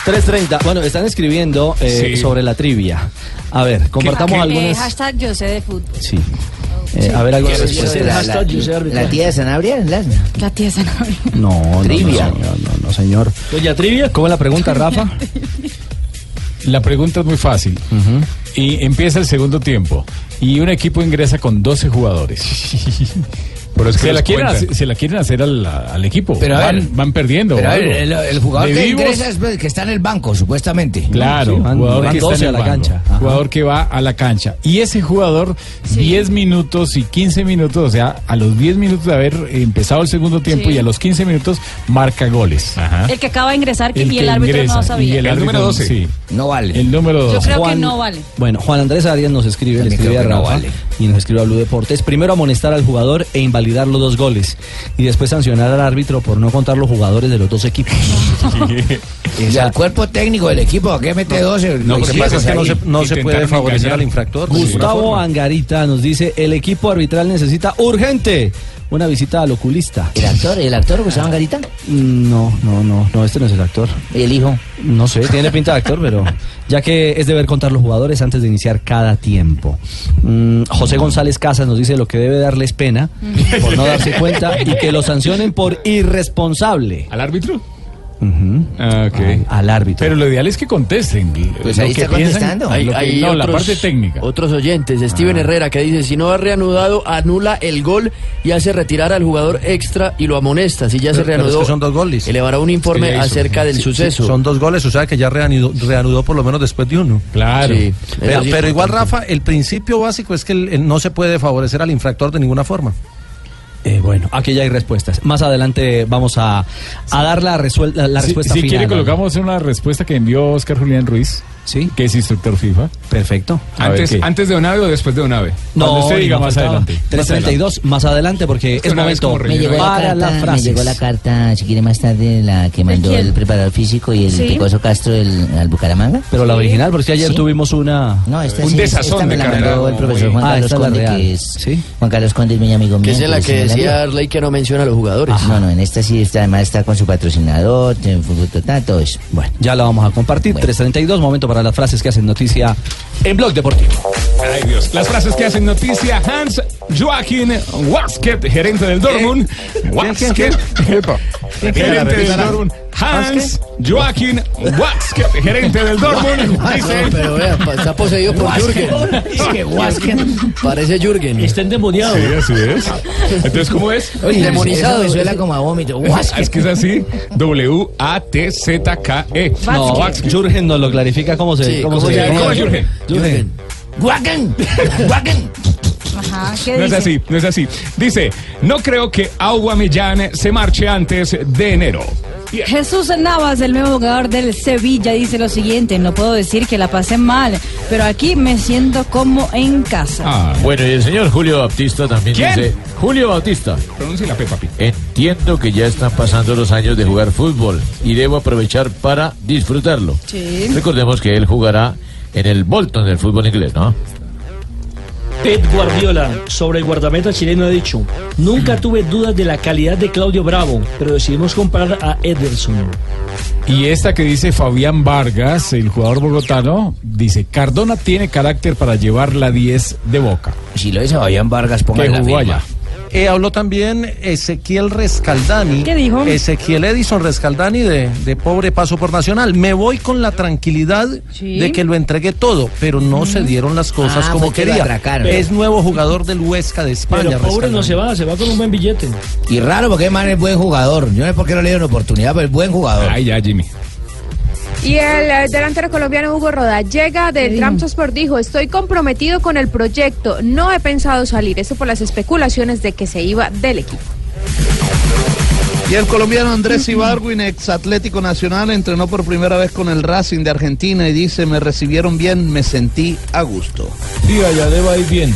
330. Bueno, están escribiendo eh, Sí. sobre la trivia. A ver, compartamos Eh, algunas. hashtag yo sé de fútbol. Sí. Eh, A ver, algunas Sí, sí, la- respuestas. la- La tía de Sanabria, ¿verdad? La tía Sanabria. No, no, Trivia. No, señor, no, no, señor. Doña Trivia, ¿cómo es la pregunta, Rafa? La pregunta es muy fácil. Y empieza el segundo tiempo. Y un equipo ingresa con 12 jugadores. Pero es que se, la los quieren cuentan. hacer, se la quieren hacer al, al equipo. Pero a van, ver, van perdiendo. Pero o a ver, algo. el, el jugador De que vivos, ingresa es el que está en el banco, supuestamente. Claro, Sí, van- jugador van que está 12 en el a la banco, cancha. Jugador que va a la cancha. Y ese jugador, 10 minutos y 15 minutos, o sea, a los 10 minutos de haber empezado el segundo tiempo Sí. y a los 15 minutos, marca goles. El que acaba de ¿Ah? ingresar El y que el árbitro ingresa, no lo y sabía. el El árbitro, número 12. sí. No vale. El número 2. Yo creo que no vale. Bueno, Juan Andrés Arias nos escribe, le También escribe a creo que no Rafa vale. y nos escribe a Blue Deportes. Primero amonestar al jugador e invalidar los dos goles y después sancionar al árbitro por no contar los jugadores de los dos equipos. Y al cuerpo técnico del equipo, ¿a qué mete 12? Lo No, porque hicieron pasa es que no ahí. se- no se puede favorecer al pues, infractor. Gustavo Angarita nos dice, el equipo arbitral necesita urgente una visita al oculista. Mm, ¿El actor, el actor Gustavo Angarita? No, no, no, no, este no es el actor. ¿Y el hijo? No sé, tiene pinta de actor, pero ya que es deber contar los jugadores antes de iniciar cada tiempo. Mm, José González Casas nos dice lo que debe darles pena por no darse cuenta y que lo sancionen por irresponsable. ¿Al árbitro? Ujú. Al árbitro. Ah, Pero lo ideal es que contesten. Pues lo ahí que está piensan, contestando. Ah. Hay- lo que- hay no, la otros- parte técnica. Otros oyentes, Steven Herrera, que dice, si no ha reanudado, anula el gol y hace retirar al jugador extra y lo amonesta. Si ya se Pero- pero es reanudó, que son dos goles. elevará un informe acerca del Sí, suceso. sí, son dos goles, o sea que ya reanudó, reanudó por lo menos después de uno. Claro. Sí, pero, eso sí pero es igual, importante. Rafa, el principio básico es que el- el- no se puede favorecer al infractor de ninguna forma. Eh, bueno, aquí ya hay respuestas. Más adelante vamos a, a dar la, resuel- la, la Si- respuesta si, final. quiere Dani. colocamos una respuesta que envió Oscar Julián Ruiz, ¿Sí? que es instructor FIFA. Perfecto. Antes, antes de Onave o después de Onave. No, Cuando usted ni diga me más faltaba. adelante. 332, más adelante, porque es, que una vez momento como Me llegó, la para carta, las me frases. llegó la carta, si quiere más tarde, la que mandó quién? el preparador físico y el Sí. Picoso Castro el- al Bucaramanga. Pero la original, porque ayer tuvimos una... No, esta sí, esta me la mandó el profesor Juan Ah, Carlos esta es la Conde, real. que es Juan Carlos Conde es mi amigo mío. Que es en la que decía Arley que no menciona a los jugadores. No, no, en esta sí está, además está con su patrocinador, en fútbol total, todo eso. Bueno, ya la vamos a compartir. 332, momento para las frases que hacen noticia en Blog Deportivo. Ay, Dios. Las frases que hacen noticia Hans Joachim Wasket, gerente del Dortmund. Wasket. ¿Quién, quién? Gerente del ¿Repitan? Dortmund. Hans Joachim Wasket, gerente del Dortmund. Dice. No, pero vea, pa- está poseído por Jürgen. Parece Jürgen. Está endemoniado. Sí, así es. Entonces, ¿cómo es? Oye, demonizado. Eso suena como a vómito. Ah, Es que es así. W-A-T-Z-K-E. No, Wasket. Jürgen nos lo clarifica cómo se... Sí, cómo ¿cómo se- se- cómo E. cómo es se- Jürgen? Jürgen. ¡Guacan! ¡Guacan! Ajá, ¿qué No es dice? así, no es así. Dice, no creo que Aguamellán se marche antes de enero. Jesús Navas, el nuevo jugador del Sevilla, dice lo siguiente, no puedo decir que la pasé mal, pero aquí me siento como en casa. Ah. Ah, Bueno, y el señor Julio Baptista también ¿Quién? dice. Julio Bautista. Pronuncia la P, papi. Entiendo que ya están pasando los años de jugar fútbol y debo aprovechar para disfrutarlo. Sí. Recordemos que él jugará en el Bolton del fútbol inglés, ¿no? Pep Guardiola sobre el guardameta chileno ha dicho, nunca tuve dudas de la calidad de Claudio Bravo, pero decidimos comprar a Ederson. Y esta que dice Fabián Vargas, el jugador bogotano, dice, Cardona tiene carácter para llevar la 10 de Boca. Si lo dice Fabián Vargas, ponga la jugó firma. allá. Eh, habló también Ezequiel Rescaldani. ¿Qué dijo? Ezequiel Edison Rescaldani de, de Pobre Paso por Nacional. Me voy con la tranquilidad Sí. de que lo entregué todo, pero no se dieron las cosas Ah, como fue que lo quería. atracaron. es nuevo jugador del Huesca de España. Pero pobre Rescaldani. no se va, se va con un buen billete. Y raro porque el man es buen jugador. Yo no sé por qué no le dieron oportunidad, pero es buen jugador. Ay, ya, Jimmy. Y el eh, delantero colombiano Hugo Rodallega del Tram Transport dijo, estoy comprometido con el proyecto, no he pensado salir, esto por las especulaciones de que se iba del equipo. Y el colombiano Andrés Ibarwin, ex Atlético Nacional, entrenó por primera vez con el Racing de Argentina y dice, me recibieron bien, me sentí a gusto. Sí, allá deba ir bien.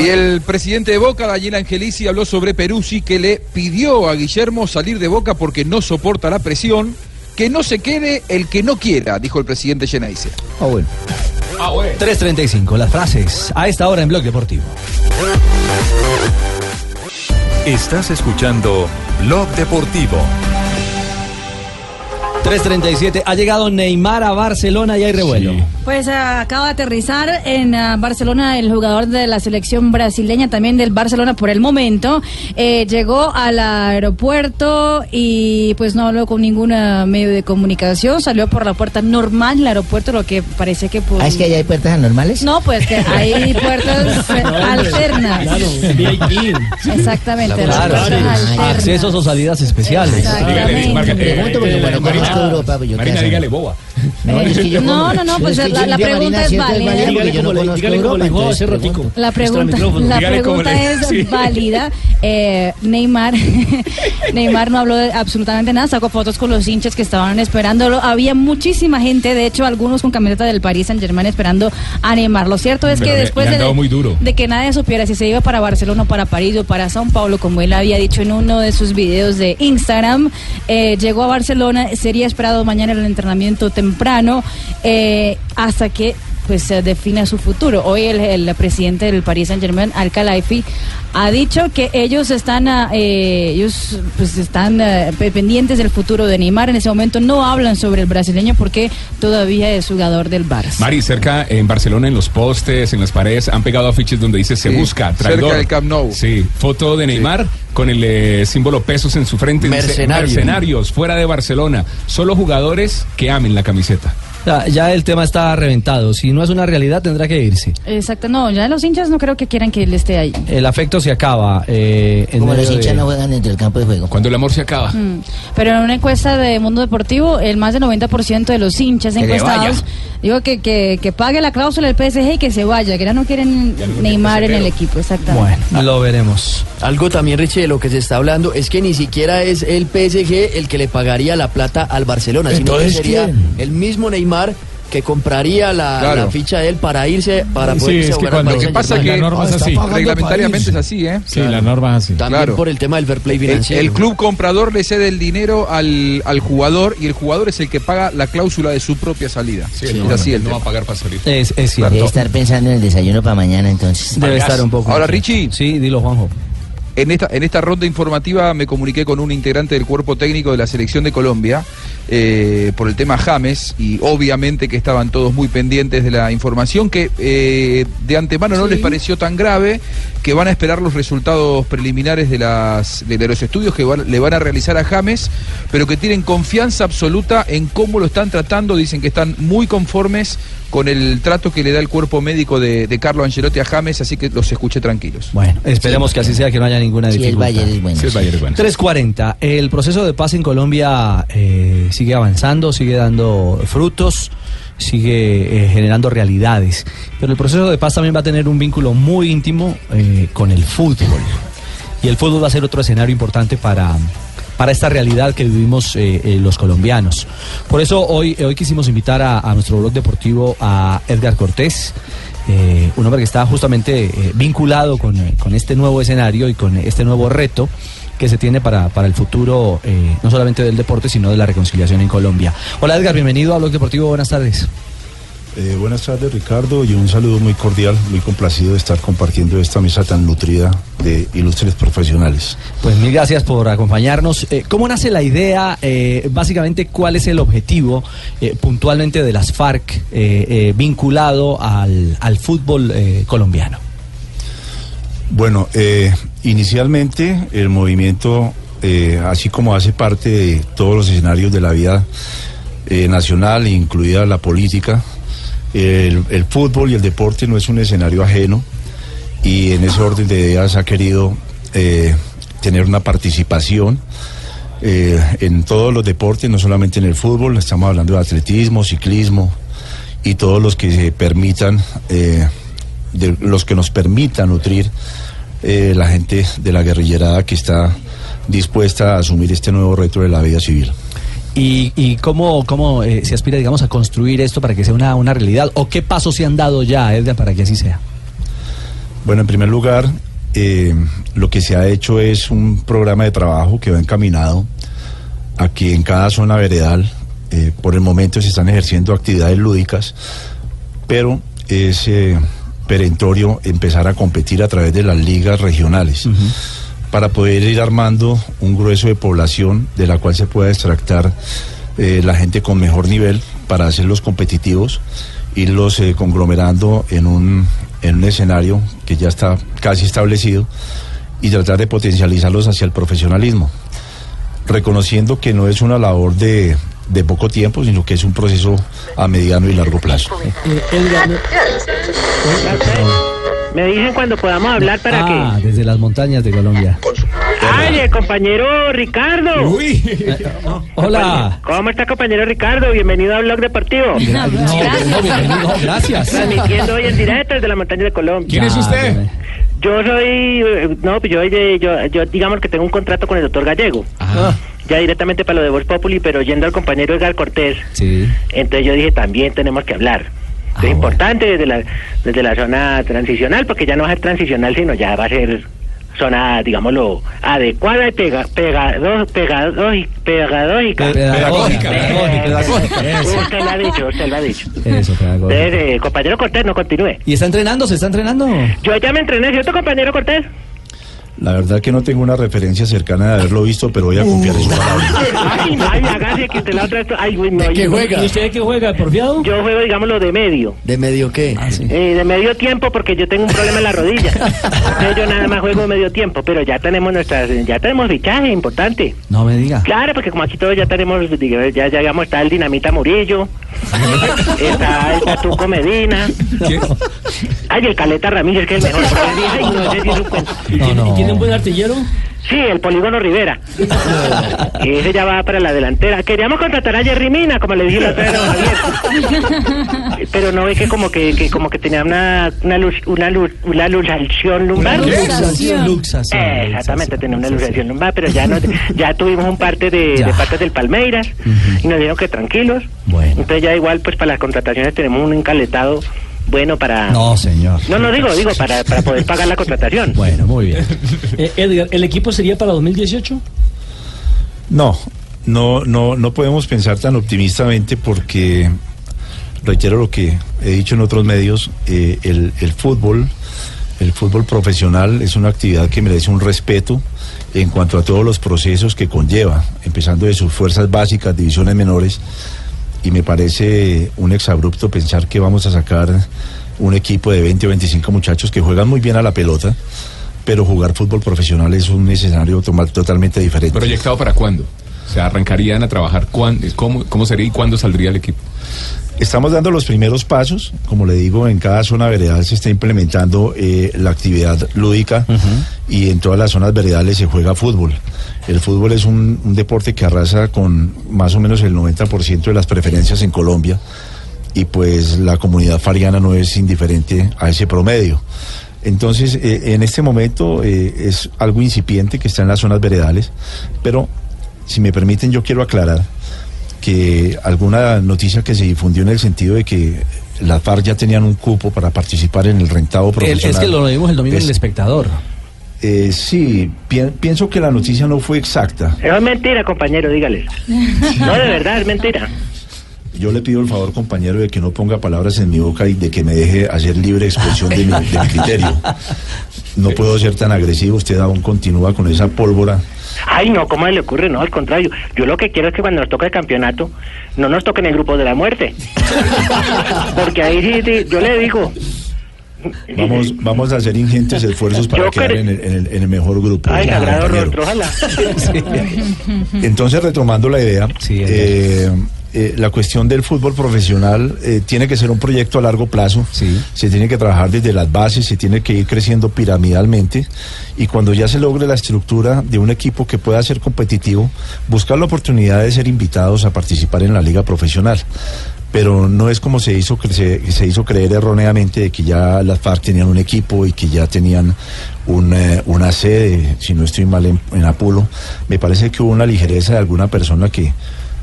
Y el presidente de Boca, Daniel Angelici, habló sobre Peruzzi que le pidió a Guillermo salir de Boca porque no soporta la presión. Que no se quede el que no quiera, dijo el presidente Geneise. Ah, bueno. 3.35, las frases a esta hora en Blog Deportivo. Estás escuchando Blog Deportivo. 3.37, ha llegado Neymar a Barcelona y hay revuelo. Pues ah, acaba de aterrizar en ah, Barcelona el jugador de la selección brasileña, también del Barcelona por el momento. Eh, llegó al aeropuerto y pues no habló con ningún ah, medio de comunicación, salió por la puerta normal del aeropuerto, lo que parece que... Pues, Ah, es que allá hay puertas anormales. No, pues que hay puertas eh, alternas. Exactamente. puertas alternas. accesos o salidas especiales. Exactamente. Pregunto porque cuando conozco Europa, pues yo qué Marina, hacer. dígale boba. No, es que yo No, como- no, no, es pues que la- yo la un día, pregunta Marina, es siempre válida. válida porque yo no conozco Europa, entonces pregunto. La pregunta, la pregunta es válida. Eh, Neymar, Neymar no habló de absolutamente nada, sacó fotos con los hinchas que estaban esperándolo. Había muchísima gente, de hecho, algunos con camiseta del Paris Saint Germain esperando a Neymar. Lo cierto es Pero Pues que le- después le han de, dado muy duro. de que nadie supiera si se iba para Barcelona o para París o para Sao Paulo, como él había dicho en uno de sus videos de Instagram, eh, llegó a Barcelona, sería esperado mañana en el entrenamiento temprano, eh, hasta que pues se defina su futuro. Hoy el, el presidente del Paris Saint Germain, Al Khelaifi, ha dicho que ellos están, ah, eh, ellos pues están ah, pe- pendientes del futuro de Neymar. En ese momento no hablan sobre el brasileño porque todavía es jugador del Barça. Mari, cerca en Barcelona, en los postes, en las paredes, han pegado afiches donde dice se Sí, busca, cerca traidor. del Camp Nou. Sí, foto de Neymar con el eh, símbolo pesos en su frente. dice, Mercenario. Mercenarios, fuera de Barcelona. Solo jugadores que amen la camiseta. Ya, ya el tema está reventado. Si no es una realidad, tendrá que irse. Exacto, no, ya los hinchas no creo que quieran que él esté ahí. El afecto se acaba. eh, en Como medio los hinchas de- no juegan dentro del campo de juego. Cuando el amor se acaba. Mm, Pero en una encuesta de Mundo Deportivo, el más del 90% de los hinchas Que le encuestados vaya. digo que, que, que pague la cláusula del PSG y que se vaya, que ya no quieren Neymar en el equipo, exactamente. Lo veremos. Algo también, Richie, de lo que se está hablando es que ni siquiera es el PSG el que le pagaría la plata al Barcelona, sino que Entonces, sería ¿quién? el mismo Neymar que compraría la, Claro. la ficha de él para irse para Sí, poder irse es a que jugar cuando- al Paris lo que pasa Saint-Germain. que La norma es está así. pagando Reglamentariamente para irse. es así, ¿eh? Sí, la norma es así. También Claro. por el tema del fair play El, financiero. el club comprador le cede el dinero al, al jugador y el jugador es el que paga la cláusula de su propia salida. Sí, es no, así no, el no va tema. a pagar para salir. Es, es cierto. Debe estar pensando en el desayuno para mañana, entonces. Debe estar un poco. Ahora, Richie. Sí, dilo, Juanjo. En esta, en esta ronda informativa me comuniqué con un integrante del cuerpo técnico de la selección de Colombia eh, por el tema James y obviamente que estaban todos muy pendientes de la información que eh, de antemano no les pareció tan grave que van a esperar los resultados preliminares de, las, de, de los estudios que van- le van a realizar a James, pero que tienen confianza absoluta en cómo lo están tratando, dicen que están muy conformes con el trato que le da el cuerpo médico de, de Carlo Angelotti a James, así que los escuché tranquilos. Bueno, esperemos que así sea, que no haya ninguna Sí, el dificultad. Bayern es bueno. Sí, el Bayern es bueno. 3.40. El proceso de paz en Colombia eh, sigue avanzando, sigue dando frutos, sigue eh, generando realidades. Pero el proceso de paz también va a tener un vínculo muy íntimo eh, con el fútbol. Y el fútbol va a ser otro escenario importante para, para esta realidad que vivimos eh, eh, los colombianos. Por eso hoy, eh, hoy quisimos invitar a, a nuestro blog deportivo a Edgar Cortés, eh, un hombre que está justamente eh, vinculado con, eh, con este nuevo escenario y con este nuevo reto que se tiene para, para el futuro, eh, no solamente del deporte, sino de la reconciliación en Colombia. Hola Edgar, bienvenido a Blog Deportivo, buenas tardes. Eh, buenas tardes Ricardo y un saludo muy cordial, muy complacido de estar compartiendo esta mesa tan nutrida de ilustres profesionales. Pues mil gracias por acompañarnos. Eh, ¿Cómo nace la idea? Eh, básicamente, ¿cuál es el objetivo eh, puntualmente de las FARC eh, eh, vinculado al, al fútbol eh, colombiano? Bueno, eh, inicialmente el movimiento, eh, así como hace parte de todos los escenarios de la vida eh, nacional, incluida la política, el, el fútbol y el deporte no es un escenario ajeno y en ese orden de ideas ha querido eh, tener una participación eh, en todos los deportes, no solamente en el fútbol, estamos hablando de atletismo, ciclismo y todos los que se permitan, eh, de los que nos permitan nutrir eh, la gente de la guerrillerada que está dispuesta a asumir este nuevo reto de la vida civil. ¿Y, y cómo, cómo eh, se aspira, digamos, a construir esto para que sea una, una realidad? ¿O qué pasos se han dado ya, Edgar, para que así sea? Bueno, en primer lugar, eh, lo que se ha hecho es un programa de trabajo que va encaminado a que en cada zona veredal, eh, por el momento se están ejerciendo actividades lúdicas, pero es eh, perentorio empezar a competir a través de las ligas regionales para poder ir armando un grueso de población de la cual se pueda extractar eh, la gente con mejor nivel para hacerlos competitivos, irlos eh, conglomerando en un, en un escenario que ya está casi establecido y tratar de potencializarlos hacia el profesionalismo, reconociendo que no es una labor de, de poco tiempo, sino que es un proceso a mediano y largo plazo. Me dicen cuando podamos hablar para ah, desde las montañas de Colombia. que. ¡Ay, el compañero Ricardo! Hola. ¿Cómo está, compañero Ricardo? Bienvenido a Blog Deportivo. no, bienvenido, gracias. Transmitiendo hoy en directo desde la montaña de Colombia. ¿Quién es usted? Yo soy. eh, No, pues yo, soy de- yo, yo digamos que tengo un contrato con el doctor Gallego. Ah. Ya directamente para lo de Voz Populi, pero yendo al compañero Edgar Cortés. Sí. Entonces yo dije, también tenemos que hablar. Ah, Es importante desde la, desde la zona transicional, porque ya no va a ser transicional, sino ya va a ser zona, digámoslo, adecuada y pega, pegado, pegado, pegadógica. Pedagógica, Eh, pedagógica. Eso. Usted lo ha dicho, usted lo ha dicho. Eso, pedagógico. Entonces, eh, compañero Cortés, no continúe. ¿Y está entrenando? ¿Se está entrenando? Yo ya me entrené, ¿cierto, compañero Cortés? La verdad que no tengo una referencia cercana de haberlo visto, pero voy a confiar en su palabra. Ay, ay, hágase que usted la otra... Ay, uy, no, ¿De qué yo- juega? de qué juega, porfiado? Yo juego, digámoslo, de medio. ¿De medio qué? Ah, Eh, de medio tiempo porque yo tengo un problema en la rodilla. Entonces yo nada más juego medio tiempo, pero ya tenemos nuestras, ya tenemos fichaje importante. No me diga. Claro, porque como aquí todos ya tenemos, digo, ya, ya digamos, está el Dinamita Murillo, está el Catuco Medina, ay, el Caleta Ramírez, que es el mejor. Ay, no sé si es un cuento. no. tiene un buen artillero? Sí, el Polígono Rivera. Ese ya va para la delantera. Queríamos contratar a Jerry Mina, como le dije la otra vez a don Javier. Pero no ve que como que, que como que tenía una una luz, una luz, una luxación lumbar. ¿Qué? Luxación. Luxación, Eh, Exactamente, tenía una luxación lumbar, pero ya no, ya tuvimos un parte de, de partes del Palmeiras y nos dijeron que tranquilos. Entonces ya igual pues para las contrataciones tenemos un encaletado bueno para No, señor. no, no digo, digo, para, para poder pagar la contratación. Bueno, muy bien. Eh, Edgar, ¿el equipo sería para 2018? No, no, no, no podemos pensar tan optimistamente porque, reitero lo que he dicho en otros medios, eh, el, el fútbol, el fútbol profesional es una actividad que merece un respeto en cuanto a todos los procesos que conlleva, empezando de sus fuerzas básicas, divisiones menores, y me parece un exabrupto pensar que vamos a sacar un equipo de 20 o 25 muchachos que juegan muy bien a la pelota, pero jugar fútbol profesional es un escenario toma- totalmente diferente. ¿Proyectado para cuándo? O sea, arrancarían a trabajar cuán- cómo, cómo sería y cuándo saldría el equipo. Estamos dando los primeros pasos, como le digo, en cada zona veredal se está implementando eh, la actividad lúdica y en todas las zonas veredales se juega fútbol. El fútbol es un, un deporte que arrasa con más o menos el 90% de las preferencias en Colombia y pues la comunidad fariana no es indiferente a ese promedio. Entonces, eh, en este momento eh, es algo incipiente que está en las zonas veredales, pero si me permiten yo quiero aclarar que alguna noticia que se difundió en el sentido de que las FARC ya tenían un cupo para participar en el rentado El- profesional. es que lo vimos el domingo en Es- el espectador. eh, sí, pien- pienso que la noticia no fue exacta. Eso es mentira, compañero, dígales. No, de verdad, es mentira. Yo le pido el favor, compañero, de que no ponga palabras en mi boca y de que me deje hacer libre expresión de mi, de mi criterio. No puedo ser tan agresivo, usted aún continúa con esa pólvora. Ay, no, ¿cómo le ocurre? No, al contrario. Yo lo que quiero es que cuando nos toque el campeonato, no nos toquen el grupo de la muerte. Porque ahí sí, sí, yo le digo, Vamos, vamos a hacer ingentes esfuerzos para quedar en el, en el- en el mejor grupo. ay, sagrado compañero. rostro, ojalá. Entonces, retomando la idea, eh, eh, la cuestión del fútbol profesional eh, tiene que ser un proyecto a largo plazo. Se tiene que trabajar desde las bases, se tiene que ir creciendo piramidalmente. Y cuando ya se logre la estructura de un equipo que pueda ser competitivo, buscar la oportunidad de ser invitados a participar en la liga profesional. Pero no es como se hizo, cre- se, se hizo creer erróneamente de que ya las FARC tenían un equipo y que ya tenían un, eh, una sede, si no estoy mal, en, en Apolo. Me parece que hubo una ligereza de alguna persona que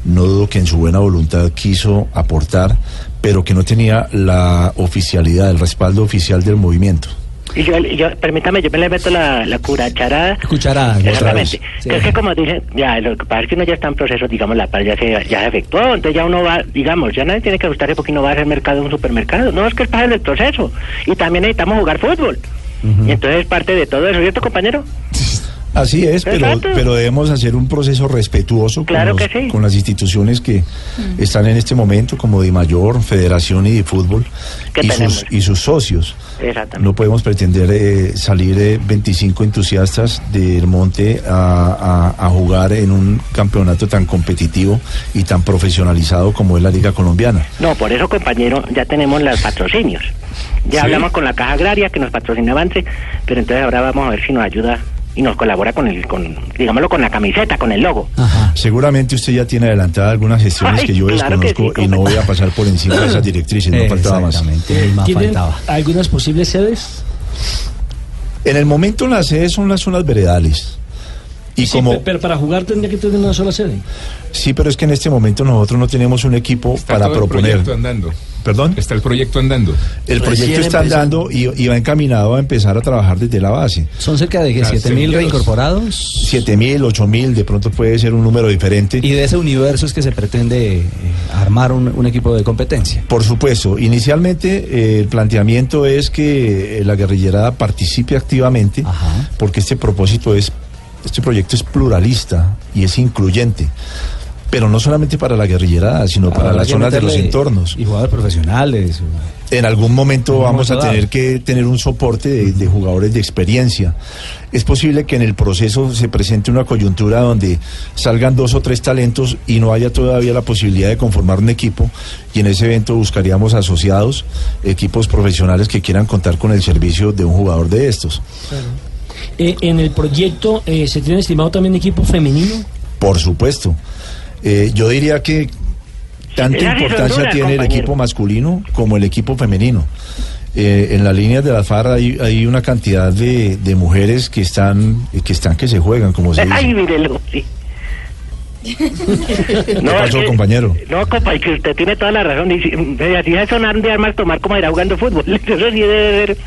no dudo que en su buena voluntad quiso aportar, pero que no tenía la oficialidad, el respaldo oficial del movimiento. Y yo, y yo- permítame, yo me le meto la, la curacharada. Cucharada. Exactamente. Que Es que como dije, ya, lo que pasa es que uno ya está en proceso, digamos, la paz ya se, ya se efectuó, entonces ya uno va, digamos, ya nadie tiene que asustarse porque uno va a hacer mercado en un supermercado. No, es que es parte del proceso. Y también necesitamos jugar fútbol. Y entonces es parte de todo eso, ¿cierto, compañero? Así es, pero, Exacto. pero debemos hacer un proceso respetuoso con, Claro los- que sí. con las instituciones que están en este momento, como Di Mayor, Federación y de Fútbol, ¿Qué y tenemos? sus, y sus socios. Exactamente. No podemos pretender eh, salir eh, 25 entusiastas del monte a, a- a jugar en un campeonato tan competitivo y tan profesionalizado como es la Liga Colombiana. No, por eso, compañero, ya tenemos los patrocinios. Ya hablamos con la Caja Agraria que nos patrocinaba antes, pero entonces ahora vamos a ver si nos ayuda y nos colabora con el, con, digámoslo, con la camiseta, con el logo. Seguramente usted ya tiene adelantada algunas gestiones Ay, que yo claro que desconozco y no voy a pasar por encima de esas directrices, no faltaba más. Eh, ¿Tienen algunas posibles sedes? En el momento las sedes son las zonas veredales. Y Sí, como, pe- pero para jugar tendría que tener una sola sede. sí, pero es que en este momento nosotros no tenemos un equipo para todo el proponer. proyecto andando. ¿Perdón? Está el proyecto andando. El proyecto está andando y, y va encaminado a empezar a trabajar desde la base. Son cerca de Claro, 7000 semilleros. reincorporados. 7.000, 8.000, de pronto puede ser un número diferente. Y de ese universo es que se pretende eh, armar un, un equipo de competencia. Por supuesto, inicialmente eh, el planteamiento es que eh, la guerrillerada participe activamente porque este propósito es, este proyecto es pluralista y es incluyente, pero no solamente para la guerrillerada, sino para Habrá las Ah, que zonas de los meterle entornos. Y jugadores profesionales. En algún momento En algún vamos a momento tener que tener un soporte de, de jugadores de experiencia. Es posible que en el proceso se presente una coyuntura donde salgan dos o tres talentos y no haya todavía la posibilidad de conformar un equipo. Y en ese evento buscaríamos asociados, equipos profesionales que quieran contar con el servicio de un jugador de estos. Eh, en el proyecto eh, se tiene estimado también equipo femenino. Por supuesto. Eh, yo diría que tanta Esa sí son importancia duras, tiene el compañero. equipo masculino como el equipo femenino. Eh, en las líneas de la FARC hay, hay una cantidad de, de mujeres que están, que están que se juegan, como se dice. Ay, mírelo, sí. ¿Qué pasó, es que- compañero? No, compa, y que usted tiene toda la razón. Y si, de así de sonar de armas tomar como era jugando fútbol. Eso sí debe ver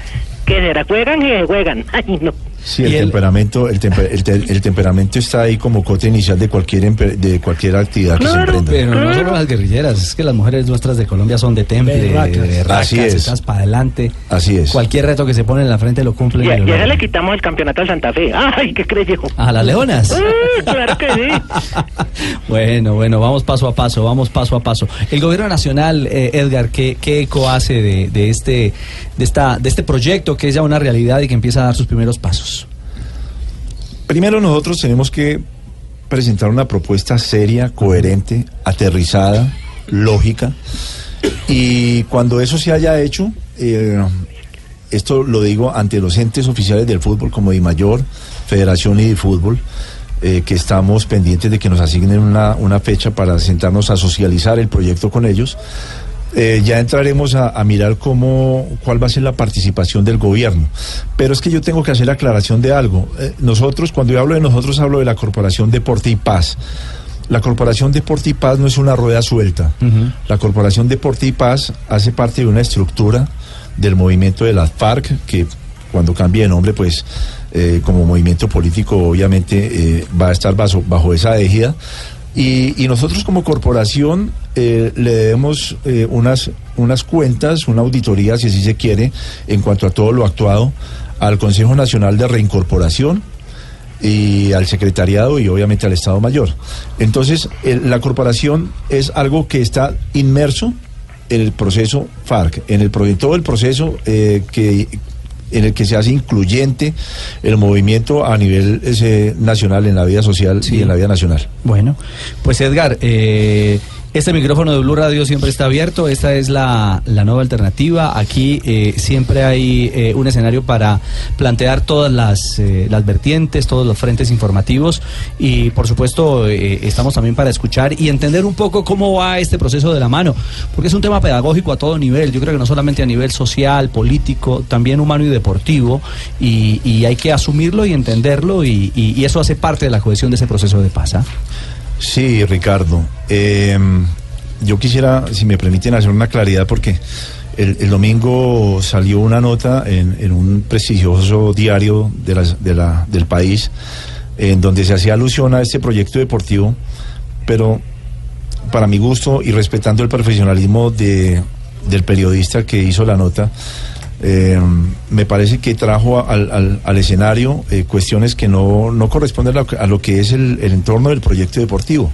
que será juegan y se juegan. Ay, no. Sí, el, temperamento, el, temper- el te- el temperamento está ahí como cota inicial de cualquier empe- de cualquier actividad que se emprenda. Pero no solo las guerrilleras, es que las mujeres nuestras de Colombia son de temple, Berracas. de berracas, Así es. echadas para adelante. Así es. Cualquier reto que se pone en la frente lo cumplen. Ya, y ya lo se logran. le quitamos el campeonato al Santa Fe. Ay, ¿qué creyó? A las leonas. Ah, claro que sí. Bueno, bueno, vamos paso a paso, vamos paso a paso. El gobierno nacional, eh, Edgar, ¿qué, qué eco hace de, de este, de, esta, de este proyecto que es ya una realidad y que empieza a dar sus primeros pasos? Primero nosotros tenemos que presentar una propuesta seria, coherente, aterrizada, lógica. Y cuando eso se haya hecho, eh, esto lo digo ante los entes oficiales del fútbol como Di Mayor, Federación y de Fútbol, eh, que estamos pendientes de que nos asignen una, una fecha para sentarnos a socializar el proyecto con ellos. Eh, ya entraremos a, a mirar cómo, cuál va a ser la participación del gobierno. Pero es que yo tengo que hacer aclaración de algo. Eh, nosotros, cuando yo hablo de nosotros, hablo de la Corporación Deporte y Paz. La Corporación Deporte y Paz no es una rueda suelta. La Corporación Deporte y Paz hace parte de una estructura del movimiento de las FARC, que cuando cambie de nombre, pues eh, como movimiento político obviamente eh, va a estar bajo, bajo esa égida, Y, y nosotros como corporación eh, le debemos eh, unas, unas cuentas, una auditoría, si así se quiere, en cuanto a todo lo actuado, al Consejo Nacional de Reincorporación y al secretariado y obviamente al Estado Mayor. Entonces, el- la corporación es algo que está inmerso en el proceso FARC, en, el, pro- en todo el proceso eh, que, en el que se hace incluyente el movimiento a nivel ese, nacional, en la vida social y en la vida nacional. Bueno, pues Edgar, eh, este micrófono de Blue Radio siempre está abierto, esta es la, la nueva alternativa, aquí eh, siempre hay eh, un escenario para plantear todas las, eh, las vertientes, todos los frentes informativos y por supuesto eh, estamos también para escuchar y entender un poco cómo va este proceso de la mano, porque es un tema pedagógico a todo nivel, yo creo que no solamente a nivel social, político, también humano y deportivo y, y hay que asumirlo y entenderlo y- y- y eso hace parte de la cohesión de ese proceso de paz. ¿ah? Sí, Ricardo. Eh, yo quisiera, si me permiten, hacer una claridad porque el, el domingo salió una nota en, en un prestigioso diario de las- de la- del país en donde se hacía alusión a este proyecto deportivo, pero para mi gusto y respetando el profesionalismo de- del periodista que hizo la nota, eh, me parece que trajo a- al, al- al escenario eh, cuestiones que no, no corresponden a lo que, a lo que es el, el entorno del proyecto deportivo.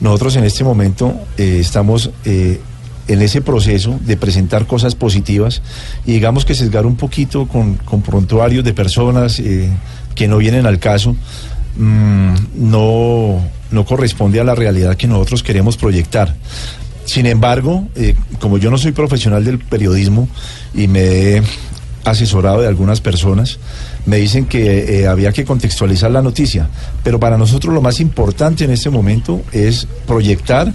Nosotros en este momento eh, estamos eh, en ese proceso de presentar cosas positivas y digamos que sesgar un poquito con, con prontuarios de personas eh, que no vienen al caso, mm, no, no corresponde a la realidad que nosotros queremos proyectar. Sin embargo, eh, como yo no soy profesional del periodismo y me he asesorado de algunas personas, me dicen que eh, había que contextualizar la noticia. Pero para nosotros lo más importante en este momento es proyectar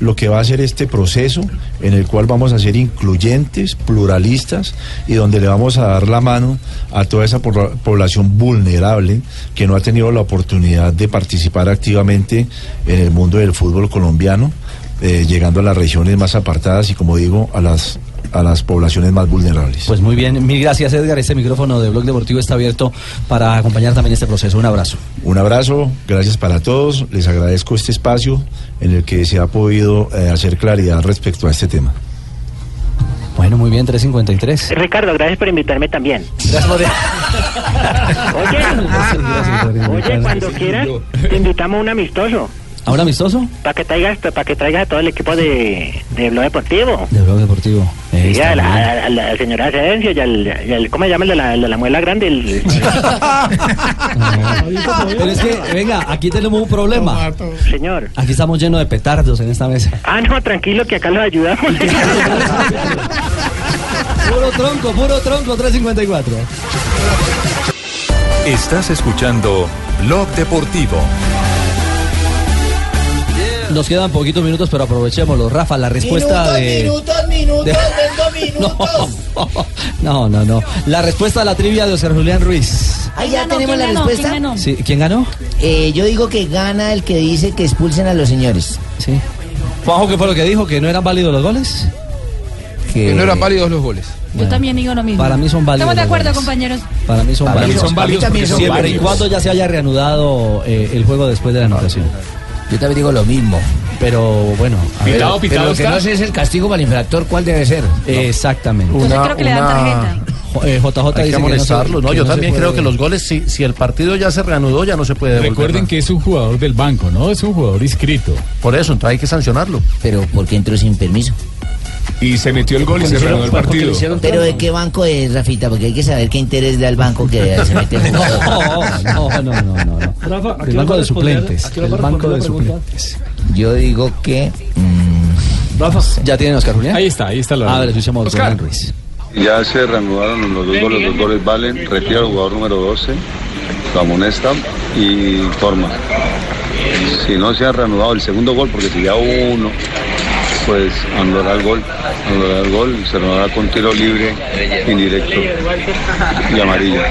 lo que va a ser este proceso en el cual vamos a ser incluyentes, pluralistas y donde le vamos a dar la mano a toda esa pobla- población vulnerable que no ha tenido la oportunidad de participar activamente en el mundo del fútbol colombiano, eh, llegando a las regiones más apartadas y como digo, a las, a las poblaciones más vulnerables. Pues muy bien, mil gracias Edgar, este micrófono de Blog Deportivo está abierto para acompañar también este proceso. Un abrazo. Un abrazo, gracias para todos, les agradezco este espacio en el que se ha podido eh, hacer claridad respecto a este tema. Bueno, muy bien, 353. Ricardo, gracias por invitarme también. Oye, oye, cuando quieras, te invitamos a un amistoso. ¿A un amistoso? Para que traigas, para que traigas a todo el equipo de, de Blog Deportivo. De Blog Deportivo. Eh, Sí, está a la, bien. a la- a la señora Asensio y al, y al- ¿cómo se llama? El de la, el de la muela grande. El, Pero es que, venga, aquí tenemos un problema. Señor. Aquí estamos llenos de petardos en esta mesa. Ah, no, tranquilo, que acá los ayudamos. Puro tronco, puro tronco, 354. Estás escuchando Blog Deportivo. Nos quedan poquitos minutos, pero aprovechémoslo. Rafa, la respuesta de... Minutos, minutos, de- vengo minutos. No, no, no. La respuesta a la trivia de Oscar Julián Ruiz. Ahí ya ganó? tenemos ¿Quién la ganó? respuesta. ¿Quién ganó? Sí, ¿Quién ganó? Eh, yo digo que gana el que dice que expulsen a los señores. Sí. Juanjo, ¿qué fue lo que dijo? ¿Que no eran válidos los goles? Que no eran válidos los goles. Yo también digo lo mismo. Para mí son válidos Estamos de los acuerdo, goles. compañeros. Para mí son Para mí válidos. son válidos Para mí también porque son siempre y válidos. cuando ya se haya reanudado eh, el juego después de la anotación. Yo también digo lo mismo. Pero bueno. a ver. Eh, Pero- pero lo que no sé es el castigo para el infractor, ¿cuál debe ser? Exactamente. Entonces creo que le dan tarjeta. Jo- eh, JJ Hay que dice que no se- amonestarlo, ¿no? que Yo no se también creo puede- que los goles, si, si el partido ya se reanudó, ya no se puede devolver. Recuerden que es un jugador del banco, ¿no? Es un jugador inscrito. Por eso, entonces hay que sancionarlo. Pero porque entró sin permiso. Y se metió el gol y se reanudó el partido. Pero de qué banco es, Rafita, porque hay que saber qué interés da el banco que se mete. en No, no, no, no. no. el banco de suplentes. El banco de suplentes. Yo digo que. Ya tienen Oscar Julián. Ah, Ahí está, ahí está la. A ver, escuchemos a Oscar. Oscar Ruiz. Ya se reanudaron los dos goles, los dos goles valen, retira al jugador número 12, lo amonesta y informa. Si no se ha reanudado el segundo gol, porque si ya hubo uno, pues anulará el gol, anulará el gol, se anulará con tiro libre, indirecto y amarillo.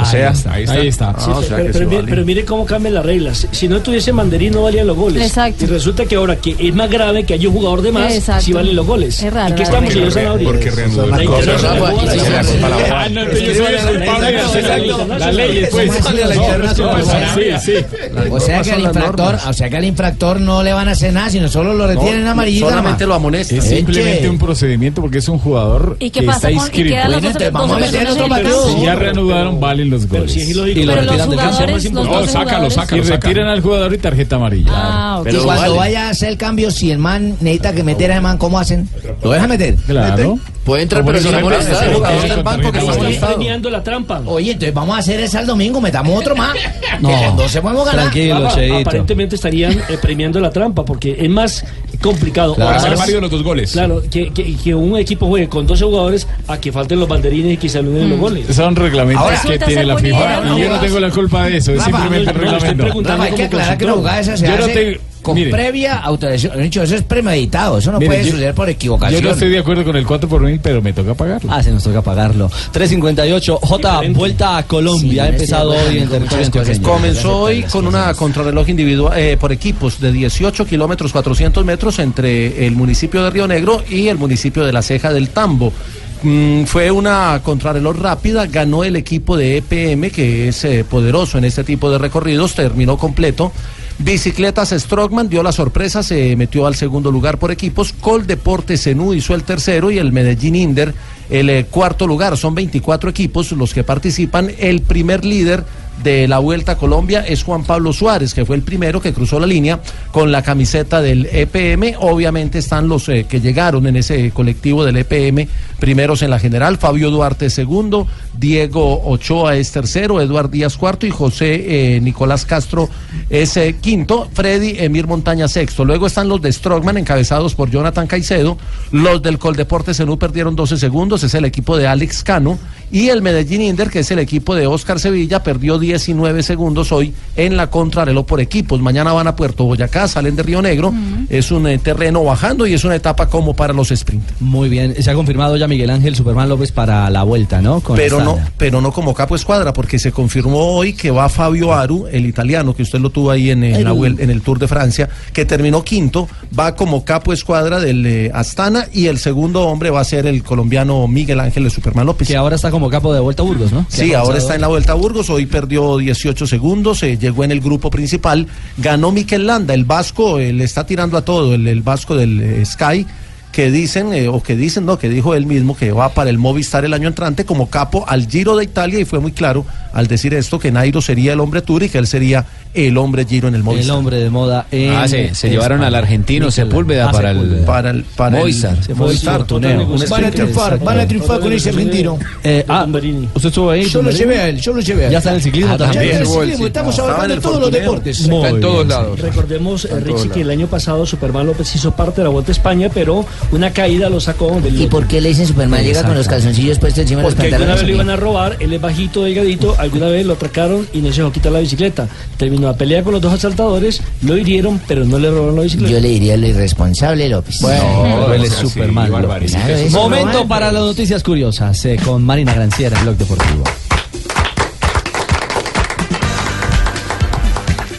O sea, ahí está. Sí, Ah, o sea pero, pero que sí mire, vale. pero mire cómo cambian las reglas. Si no tuviese Mandarín no valían los goles. Exacto. Y resulta que ahora que es más grave que hay un jugador de más, Exacto. si valen los goles. Es raro, ¿Y qué raro. estamos, señor Sanabria? Porque reanudó La el juego. internacional. Rafa, y se la culpa a la Ah, no, UEFA. Pero entonces es yo soy que la- el culpable de hacer la- la ley, pues. Sí, sí. O sea que al infractor, o sea que al infractor no le van a hacer nada, sino solo lo retienen No, amarillita. solamente nomás. lo Es Eche. simplemente un procedimiento porque es un jugador ¿Y qué que pasa está con- y inscrito. quedan las Bueno, dos- te dos vamos a opciones meter otro del partido. campo. Si ya reanudaron, valen los goles. es ilógico. Y Pero los retiran del campo. jugadores, los No, doce sácalo, jugadores. sácalo. Y Claro. retiran al jugador y tarjeta amarilla. Ah, y cuando vaya a hacer el cambio, si el man necesita que meter al man, ¿cómo hacen? ¿Lo deja meter? Claro. Puede entrar, Como pero eso si no no molesta, molesta, el jugador está en banco que está molestado. premiando la trampa. Oye, entonces vamos a hacer esa el domingo, metamos otro más. No, que con 12 podemos ganar. Rafa, Aparentemente estarían eh, premiando la trampa porque es más complicado. Claro. o Para ser más- válido los dos goles. Claro, que, que- que un equipo juegue con 12 jugadores a que falten los banderines y que se anuden los goles. Mm. Son reglamentos Ahora- que Resulta tiene ser la bonito, FIFA. ¿no? Y yo no tengo la culpa de eso, es Rafa, simplemente el no, no, estoy reglamento. preguntando Rafa, hay que como aclarar que la consultor. jugada esa se Yo no hace te- con mire. previa autorización. Dicho, eso es premeditado, eso no Mire, puede yo- suceder por equivocación. Yo no estoy de acuerdo con el 4 por mil, pero me toca pagarlo. Ah, se nos toca pagarlo. 358, J, vuelta a Colombia. ha empezado hoy en territorio antioqueño. Comenzó hoy con una contrarreloj individual eh, por equipos de 18 kilómetros 400 metros entre el municipio de Río Negro y el municipio de La Ceja del Tambo. Mm, fue una contrarreloj rápida, ganó el equipo de EPM, que es eh, poderoso en este tipo de recorridos, terminó completo. Bicicletas Strockman dio la sorpresa, se metió al segundo lugar por equipos. Col Deportes Zenú hizo el tercero y el Medellín Inder el eh, cuarto lugar. Son 24 equipos los que participan. El primer líder de la Vuelta a Colombia es Juan Pablo Suárez, que fue el primero que cruzó la línea con la camiseta del EPM. Obviamente están los eh, que llegaron en ese colectivo del E EPM, primeros en la general, Fabio Duarte es segundo, Diego Ochoa es tercero, Eduard Díaz cuarto y José eh, Nicolás Castro es eh, quinto, Freddy Emir Montaña sexto. Luego están los de Strongman encabezados por Jonathan Caicedo, los del Coldeportes Zenú perdieron 12 segundos, es el equipo de Alex Cano y el Medellín Inder, que es el equipo de Oscar Sevilla, perdió 19 segundos hoy en la contrarreloj por equipos. Mañana van a Puerto Boyacá, salen de Río Negro. Es un eh, terreno bajando y es una etapa como para los sprint. Muy bien, se ha confirmado ya Miguel Ángel Superman López para la vuelta, ¿no? Con Pero no, Estrada. pero no como capo escuadra, porque se confirmó hoy que va Fabio Aru, el italiano, que usted lo tuvo ahí en, en la Aru. vuel- en el Tour de Francia, que terminó quinto, va como capo escuadra del eh, Astana y el segundo hombre va a ser el colombiano Miguel Ángel de Superman López. Que ahora está como capo de vuelta a Burgos, ¿no? Sí, ahora está en la Vuelta a Burgos, hoy perdió 18 segundos, eh, llegó en el grupo principal, ganó Mikel Landa, el vasco, eh, le está tirando a todo, el, el vasco del eh, Sky, que dicen, eh, o que dicen, no, que dijo él mismo que va para el Movistar el año entrante como capo al Giro de Italia y fue muy claro al decir esto que Nairo sería el hombre Tour y que él sería el hombre Giro en el Movistar. hombre de moda en Ah, sí, se en llevaron España. al argentino Sepúlveda Ah, para el, Sepúlveda. para el para Movistar. Se fue Movistar, otro Tuneo. negocio. Un sprint. argentino. Eh, ah, ¿usted estuvo ahí? Yo lo Tumberini? llevé a él, yo lo llevé a él. ¿Ya está en el ciclismo Ah, también? ya está en el ciclismo, estamos abarcando todos los deportes. Muy Está en todos bien, sí. lados. Recordemos, eh, en todos Richie, lados. que el año pasado Superman López hizo parte de la Vuelta a España, pero una caída lo sacó del ¿Y por qué le dicen Superman llega con los calzoncillos puestos encima de los Porque alguna pantalones? vez lo iban a robar, él es bajito, delgadito, alguna vez lo atracaron y no se dejó quitar la bicicleta. Terminó la pelea con los dos asaltadores, lo hirieron, pero no le robaron la bicicleta. Yo le diría lo irresponsable, López. Bueno, No, él es o sea, sí, Superman. López. barbaridad. Claro, eso Momento no para las noticias curiosas eh, con Marina Granciera en Blog Deportivo.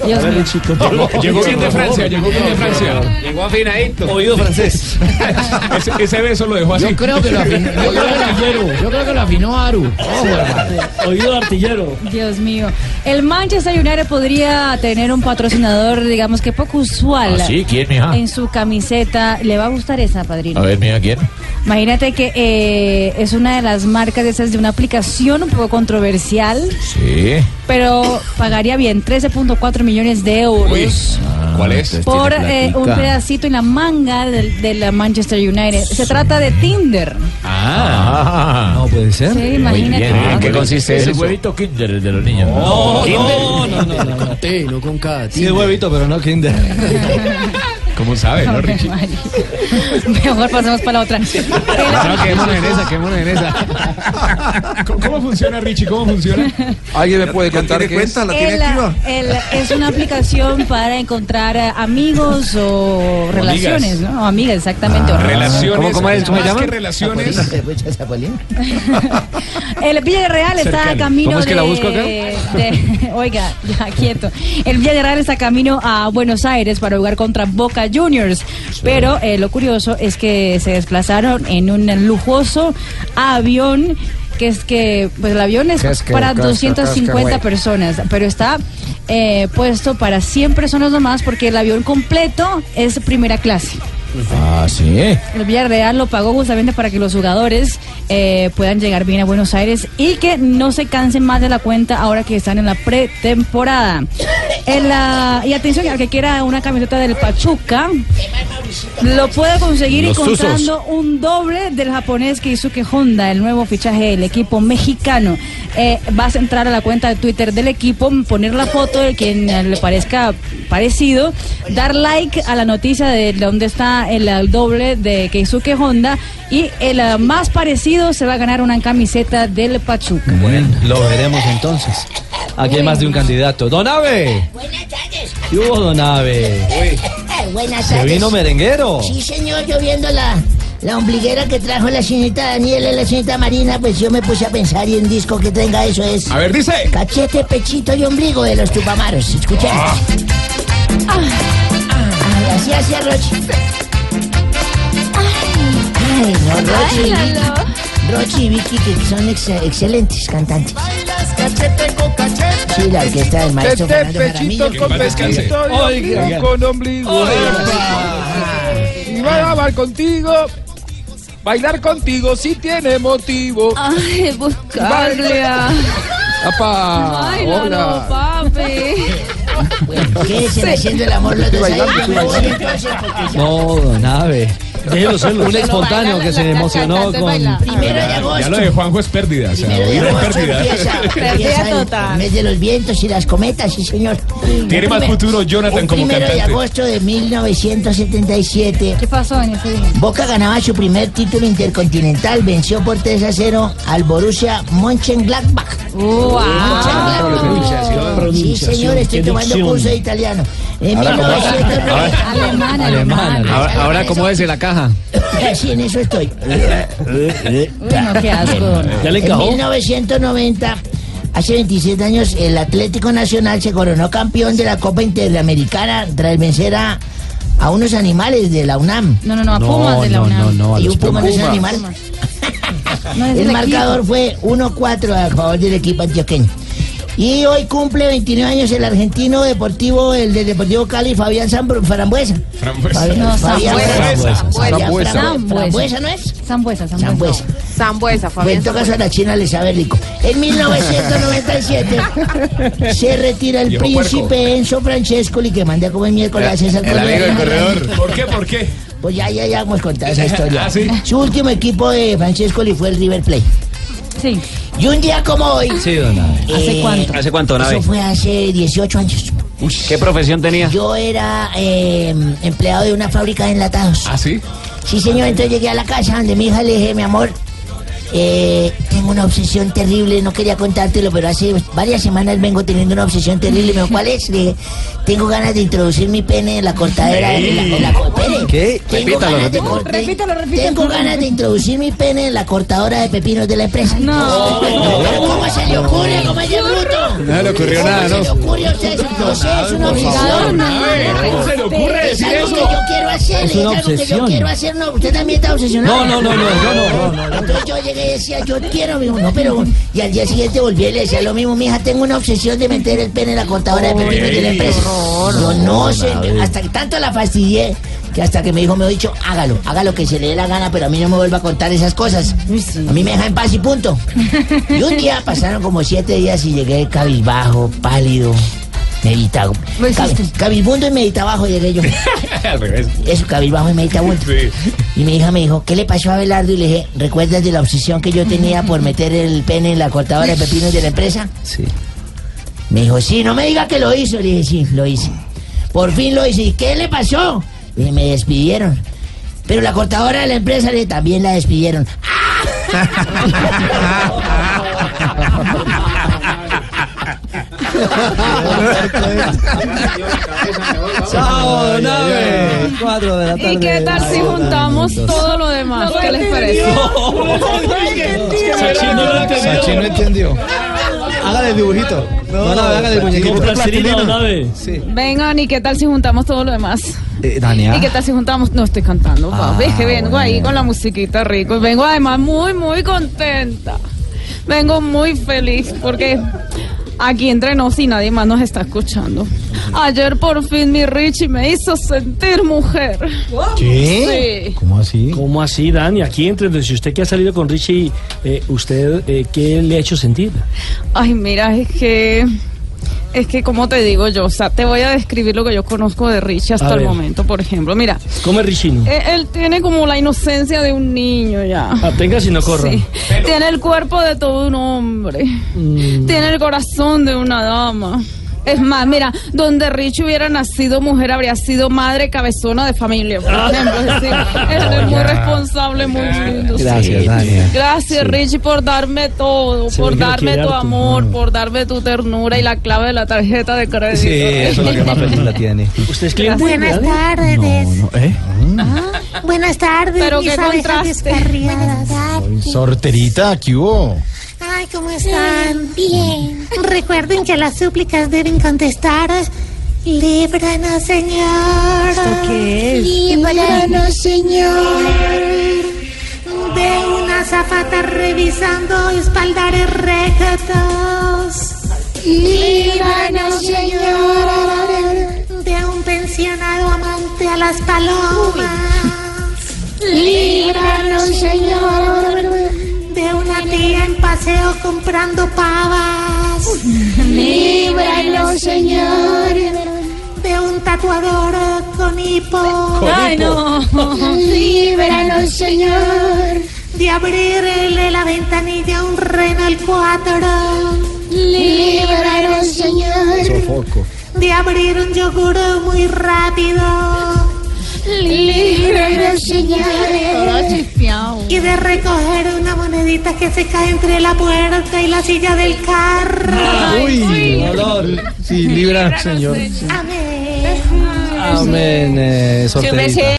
Dios mío. Llegó- Llegó bien de Francia, llegó bien de Francia. Llegó afinadito. Oído francés. Ese, ese beso lo dejó así. Yo creo que lo afinó. Yo creo que lo afinó, yo creo que lo afinó Aru. Ojo, hermano. Oído artillero. Dios mío. El Manchester United podría tener un patrocinador, digamos que poco usual. ¿Ah, sí? ¿Quién, mija? En su camiseta. ¿Le va a gustar esa, padrino? A ver, mira quién. Imagínate que eh, es una de las marcas de esas de una aplicación un poco controversial, Sí. pero pagaría bien 13.4 millones de euros. ¿Cuál es? por eh, un pedacito en la manga del, de la Manchester United. Se trata de Tinder. Ah. No puede ser. Sí, imagínate. ¿En qué consiste es eso? El huevito Kinder el de los niños. No, no, no, no, no, Con T, no con K. Sí, es huevito, pero no Kinder. ¿Cómo sabe, no, Richie? Mejor pasemos para la otra. No, quedémonos en esa, quedémonos en esa. ¿Cómo, cómo funciona, Richie? ¿Cómo funciona? ¿Alguien me puede contar qué es? El, el- es una aplicación para encontrar eh, amigos o, O relaciones, ligas. ¿no? Amigas, Ah. exactamente. o- Relaciones. ¿Cómo- cómo es? ¿Cómo se más llama? que relaciones. El Villarreal está a Cercano. camino ¿Cómo es que la de- busco acá? de- oiga, ya quieto. El Villarreal está camino a Buenos Aires para jugar contra Boca Juniors. Pero eh, lo curioso es que se desplazaron en un lujoso avión que es que pues el avión es, Que es que para casca, 250 casca, güey. personas, pero está eh, puesto para 100 personas nomás porque el avión completo es primera clase. Ah, sí. El Villarreal lo pagó justamente para que los jugadores eh, puedan llegar bien a Buenos Aires y que no se cansen más de la cuenta ahora que están en la pretemporada. En la- y atención, al que quiera una camiseta del Pachuca, lo puede conseguir Los encontrando Tuzos. un doble del japonés Keisuke Honda, el nuevo fichaje del equipo mexicano. Eh, vas a entrar a la cuenta de Twitter del equipo, poner la foto de quien eh, le parezca parecido, dar like a la noticia de dónde está el, eh, doble de Keisuke Honda y el eh, más parecido se va a ganar una camiseta del Pachuca. Bueno, lo veremos entonces. Aquí hay más de un candidato. ¡Don Ave! ¿Qué hubo, Don Ave? Eh, Buenas ¿Se tardes. vino merenguero? Sí, señor, yo viendo la, la ombliguera que trajo la señorita Daniela y la señorita Marina, pues yo me puse a pensar y en disco que tenga eso es... A ver, dice. Cachete, pechito y ombligo de los tupamaros. Ah, Escuchen. Ah. Ay, ah, así hacía Rochi. Ay, no, Rochi. y Vicky. Rochi y Vicky, que son ex- excelentes cantantes. Cachete con cachete. Sí, la orquesta del maestro Este Fernando Jaramillo. pechito con pescadito y ombligo con ombligo. Y va a amar contigo. Bailar contigo si tiene motivo. Ay, buscarle a... Apa, Ay, no, no, hola. papi. Quédense haciendo el amor los dos ahí. Yo me voy entonces porque ya- No, Don Ave. Déjelo serlo. Un espontáneo que se emocionó con. Primero de agosto. Ya lo de Juanjo es pérdida. O sea, oír es pérdida. Empieza, empieza el mes de los vientos y las cometas, sí señor. Tiene Un más primer- futuro Jonathan un como primero de cantante. agosto de 1977. ¿Qué pasó en ese día? Boca ganaba su primer título intercontinental, venció por 3 a 0 al Borussia Mönchengladbach. wow. Mönchengladbach. Pronunciación, Sí, señor, estoy qué tomando dicción. curso de italiano. En Ahora, ¿cómo? 1990 Ahora- Ahora, ahora ¿cómo es la caja? Sí, en eso estoy. Bueno, qué asco. ¿Ya le encajó? En 1990, hace 27 años, el Atlético Nacional se coronó campeón de la Copa Interamericana tras vencer a, a unos animales de la UNAM. No, no, no, a Pumas de la UNAM. y un puma no es un animal. No, es el del marcador fue 1-4 a favor del equipo antioqueño. Y hoy cumple 29 años el argentino deportivo, el del Deportivo Cali, Fabián Zambro- Farambuesa. Frambuesa. Fabián- No, Fabián Zambuesa. Farambuesa. Farambuesa, Zambuesa, ¿no es? Zambuesa, Zambuesa. Zambuesa. Zambuesa, Fabián. En todo caso, a la China le sabe rico. En 1997 se retira el Viejo príncipe Enzo Francescoli que manda a comer miércoles a César El amigo del Corredor. corredor. ¿Por qué? ¿Por qué? Pues ya, ya, ya hemos contado esa historia. ¿Ah, sí? Su último equipo de Francescoli fue el River Plate. Sí. Y un día como hoy. Sí, Don Ave. eh, ¿Hace cuánto, Don Ave? Eso fue hace 18 años. ¿Qué profesión tenía? Yo era eh, empleado de una fábrica de enlatados. ¿Ah, sí? Sí, señor. Entonces llegué a la casa donde mi hija le dije, mi amor, eh, tengo una obsesión terrible. No quería contártelo, pero hace varias semanas vengo teniendo una obsesión terrible. Me dijo, ¿cuál es? Le dije, tengo ganas de introducir mi pene en la cortadera. de la, en la- espere. ¿Qué? Tengo ganas de cort- Tengo ganas de introducir mi pene en la cortadora de pepinos de la empresa. No. ¿Cómo se le ocurre? ¿Cómo es de bruto? No le ocurrió ¿Cómo nada, se ¿no? le ocurre a usted? No sé, es una Por favor, obsesión. a ver, ¿cómo se le ocurre Es decir algo que eso? yo quiero hacer, Es es, una algo que yo obsesión. quiero hacer. No, usted también está obsesionado. No, no, no, no, yo no, no, Entonces yo llegué y decía, yo quiero, mi hijo, no, pero... Y al día siguiente volví y le decía lo mismo, mija, tengo una obsesión de meter el pene en la cortadora de pepinos de la empresa. Yo no sé, hasta que tanto la fastidié que hasta que mi hijo me ha dicho, hágalo, hágalo que se le dé la gana, pero a mí no me vuelva a contar esas cosas. A mí me deja en paz y punto. Y un día pasaron como siete días y llegué cabizbajo, pálido, meditado. Cabi- Cabizbundo y meditabajo llegué yo. Al revés. Eso, cabizbajo y meditabundo. Y mi hija me dijo, ¿qué le pasó a Abelardo? Y le dije, ¿recuerdas de la obsesión que yo tenía por meter el pene en la cortadora de pepinos de la empresa? Sí. Me dijo, sí, no me diga que lo hizo. Le dije, sí, lo hice. Por fin lo hice. ¿Y qué le pasó? y me despidieron. Pero la contadora de la empresa le- también la despidieron. Chao, don Abe. Cuatro de la tarde. ¿Y qué tal si juntamos todo lo demás? ¿Qué les parece? Sachi no lo entendió. Sachi no entendió. Hágale el dibujito. No, no, hágale el muñequito. Sí. Vengan, ¿y qué tal si juntamos todo lo demás? Eh, ¿Y qué tal si juntamos? No estoy cantando, papi. Ah, es que vengo ahí con la musiquita rico. Vengo además muy, muy contenta. Vengo muy feliz porque aquí entre nos y nadie más nos está escuchando. Ayer por fin mi Richie me hizo sentir mujer. ¿Qué? Sí. ¿Cómo así? ¿Cómo así, Dani? Aquí entre si usted que ha salido con Richie, eh, ¿usted eh, qué le ha hecho sentir? Ay, mira, es que. Es que, como te digo yo, o sea, te voy a describir lo que yo conozco de Richie A hasta el ver. momento, por ejemplo. Mira, ¿Cómo es Richino? eh, él tiene como la inocencia de un niño ya. Ah, Ah, Atenga si no corra. Sí. Tiene el cuerpo de todo un hombre. Mm. Tiene el corazón de una dama. Es más, mira, donde Richie hubiera nacido mujer, habría sido madre cabezona de familia, por Ah. ejemplo. Es decir, él es muy responsable, muy lindo. sí. Gracias, Dania. Gracias, Richie, por darme todo, Se ve por que lo darme quiere tu harto. amor, Ah. por darme tu ternura y la clave de la tarjeta de crédito. feliz la tiene. ¿Usted es cliente? Buenas tardes. No, ¿eh? Buenas tardes, Pero mis qué abejas contraste. descarriadas. Sorterita, ¿qué hubo? Ay, ¿cómo están? Bien. Recuerden que las súplicas deben contestar. Líbranos, Señor. qué es? Líbranos, Señor. De una zapata revisando espaldares rectos. Líbranos, Señor. De un pensionado amante a las palomas. Líbranos, Señor, de una tía en paseo comprando pavas. Líbranos, Señor, de un tatuador con hipo. Con Ay, hipo. no. Líbranos, Señor, de abrirle la ventanilla a un Renault 4. Líbranos, Señor, Sofoco. de abrir un yogur muy rápido. Líbranos, Ahora señores. Y de recoger una monedita que se cae entre la puerta y la silla del carro. Uy, dolor. Sí, Ah, libra, señor. Amén. Amén, eh, Si hubiese- sorterita.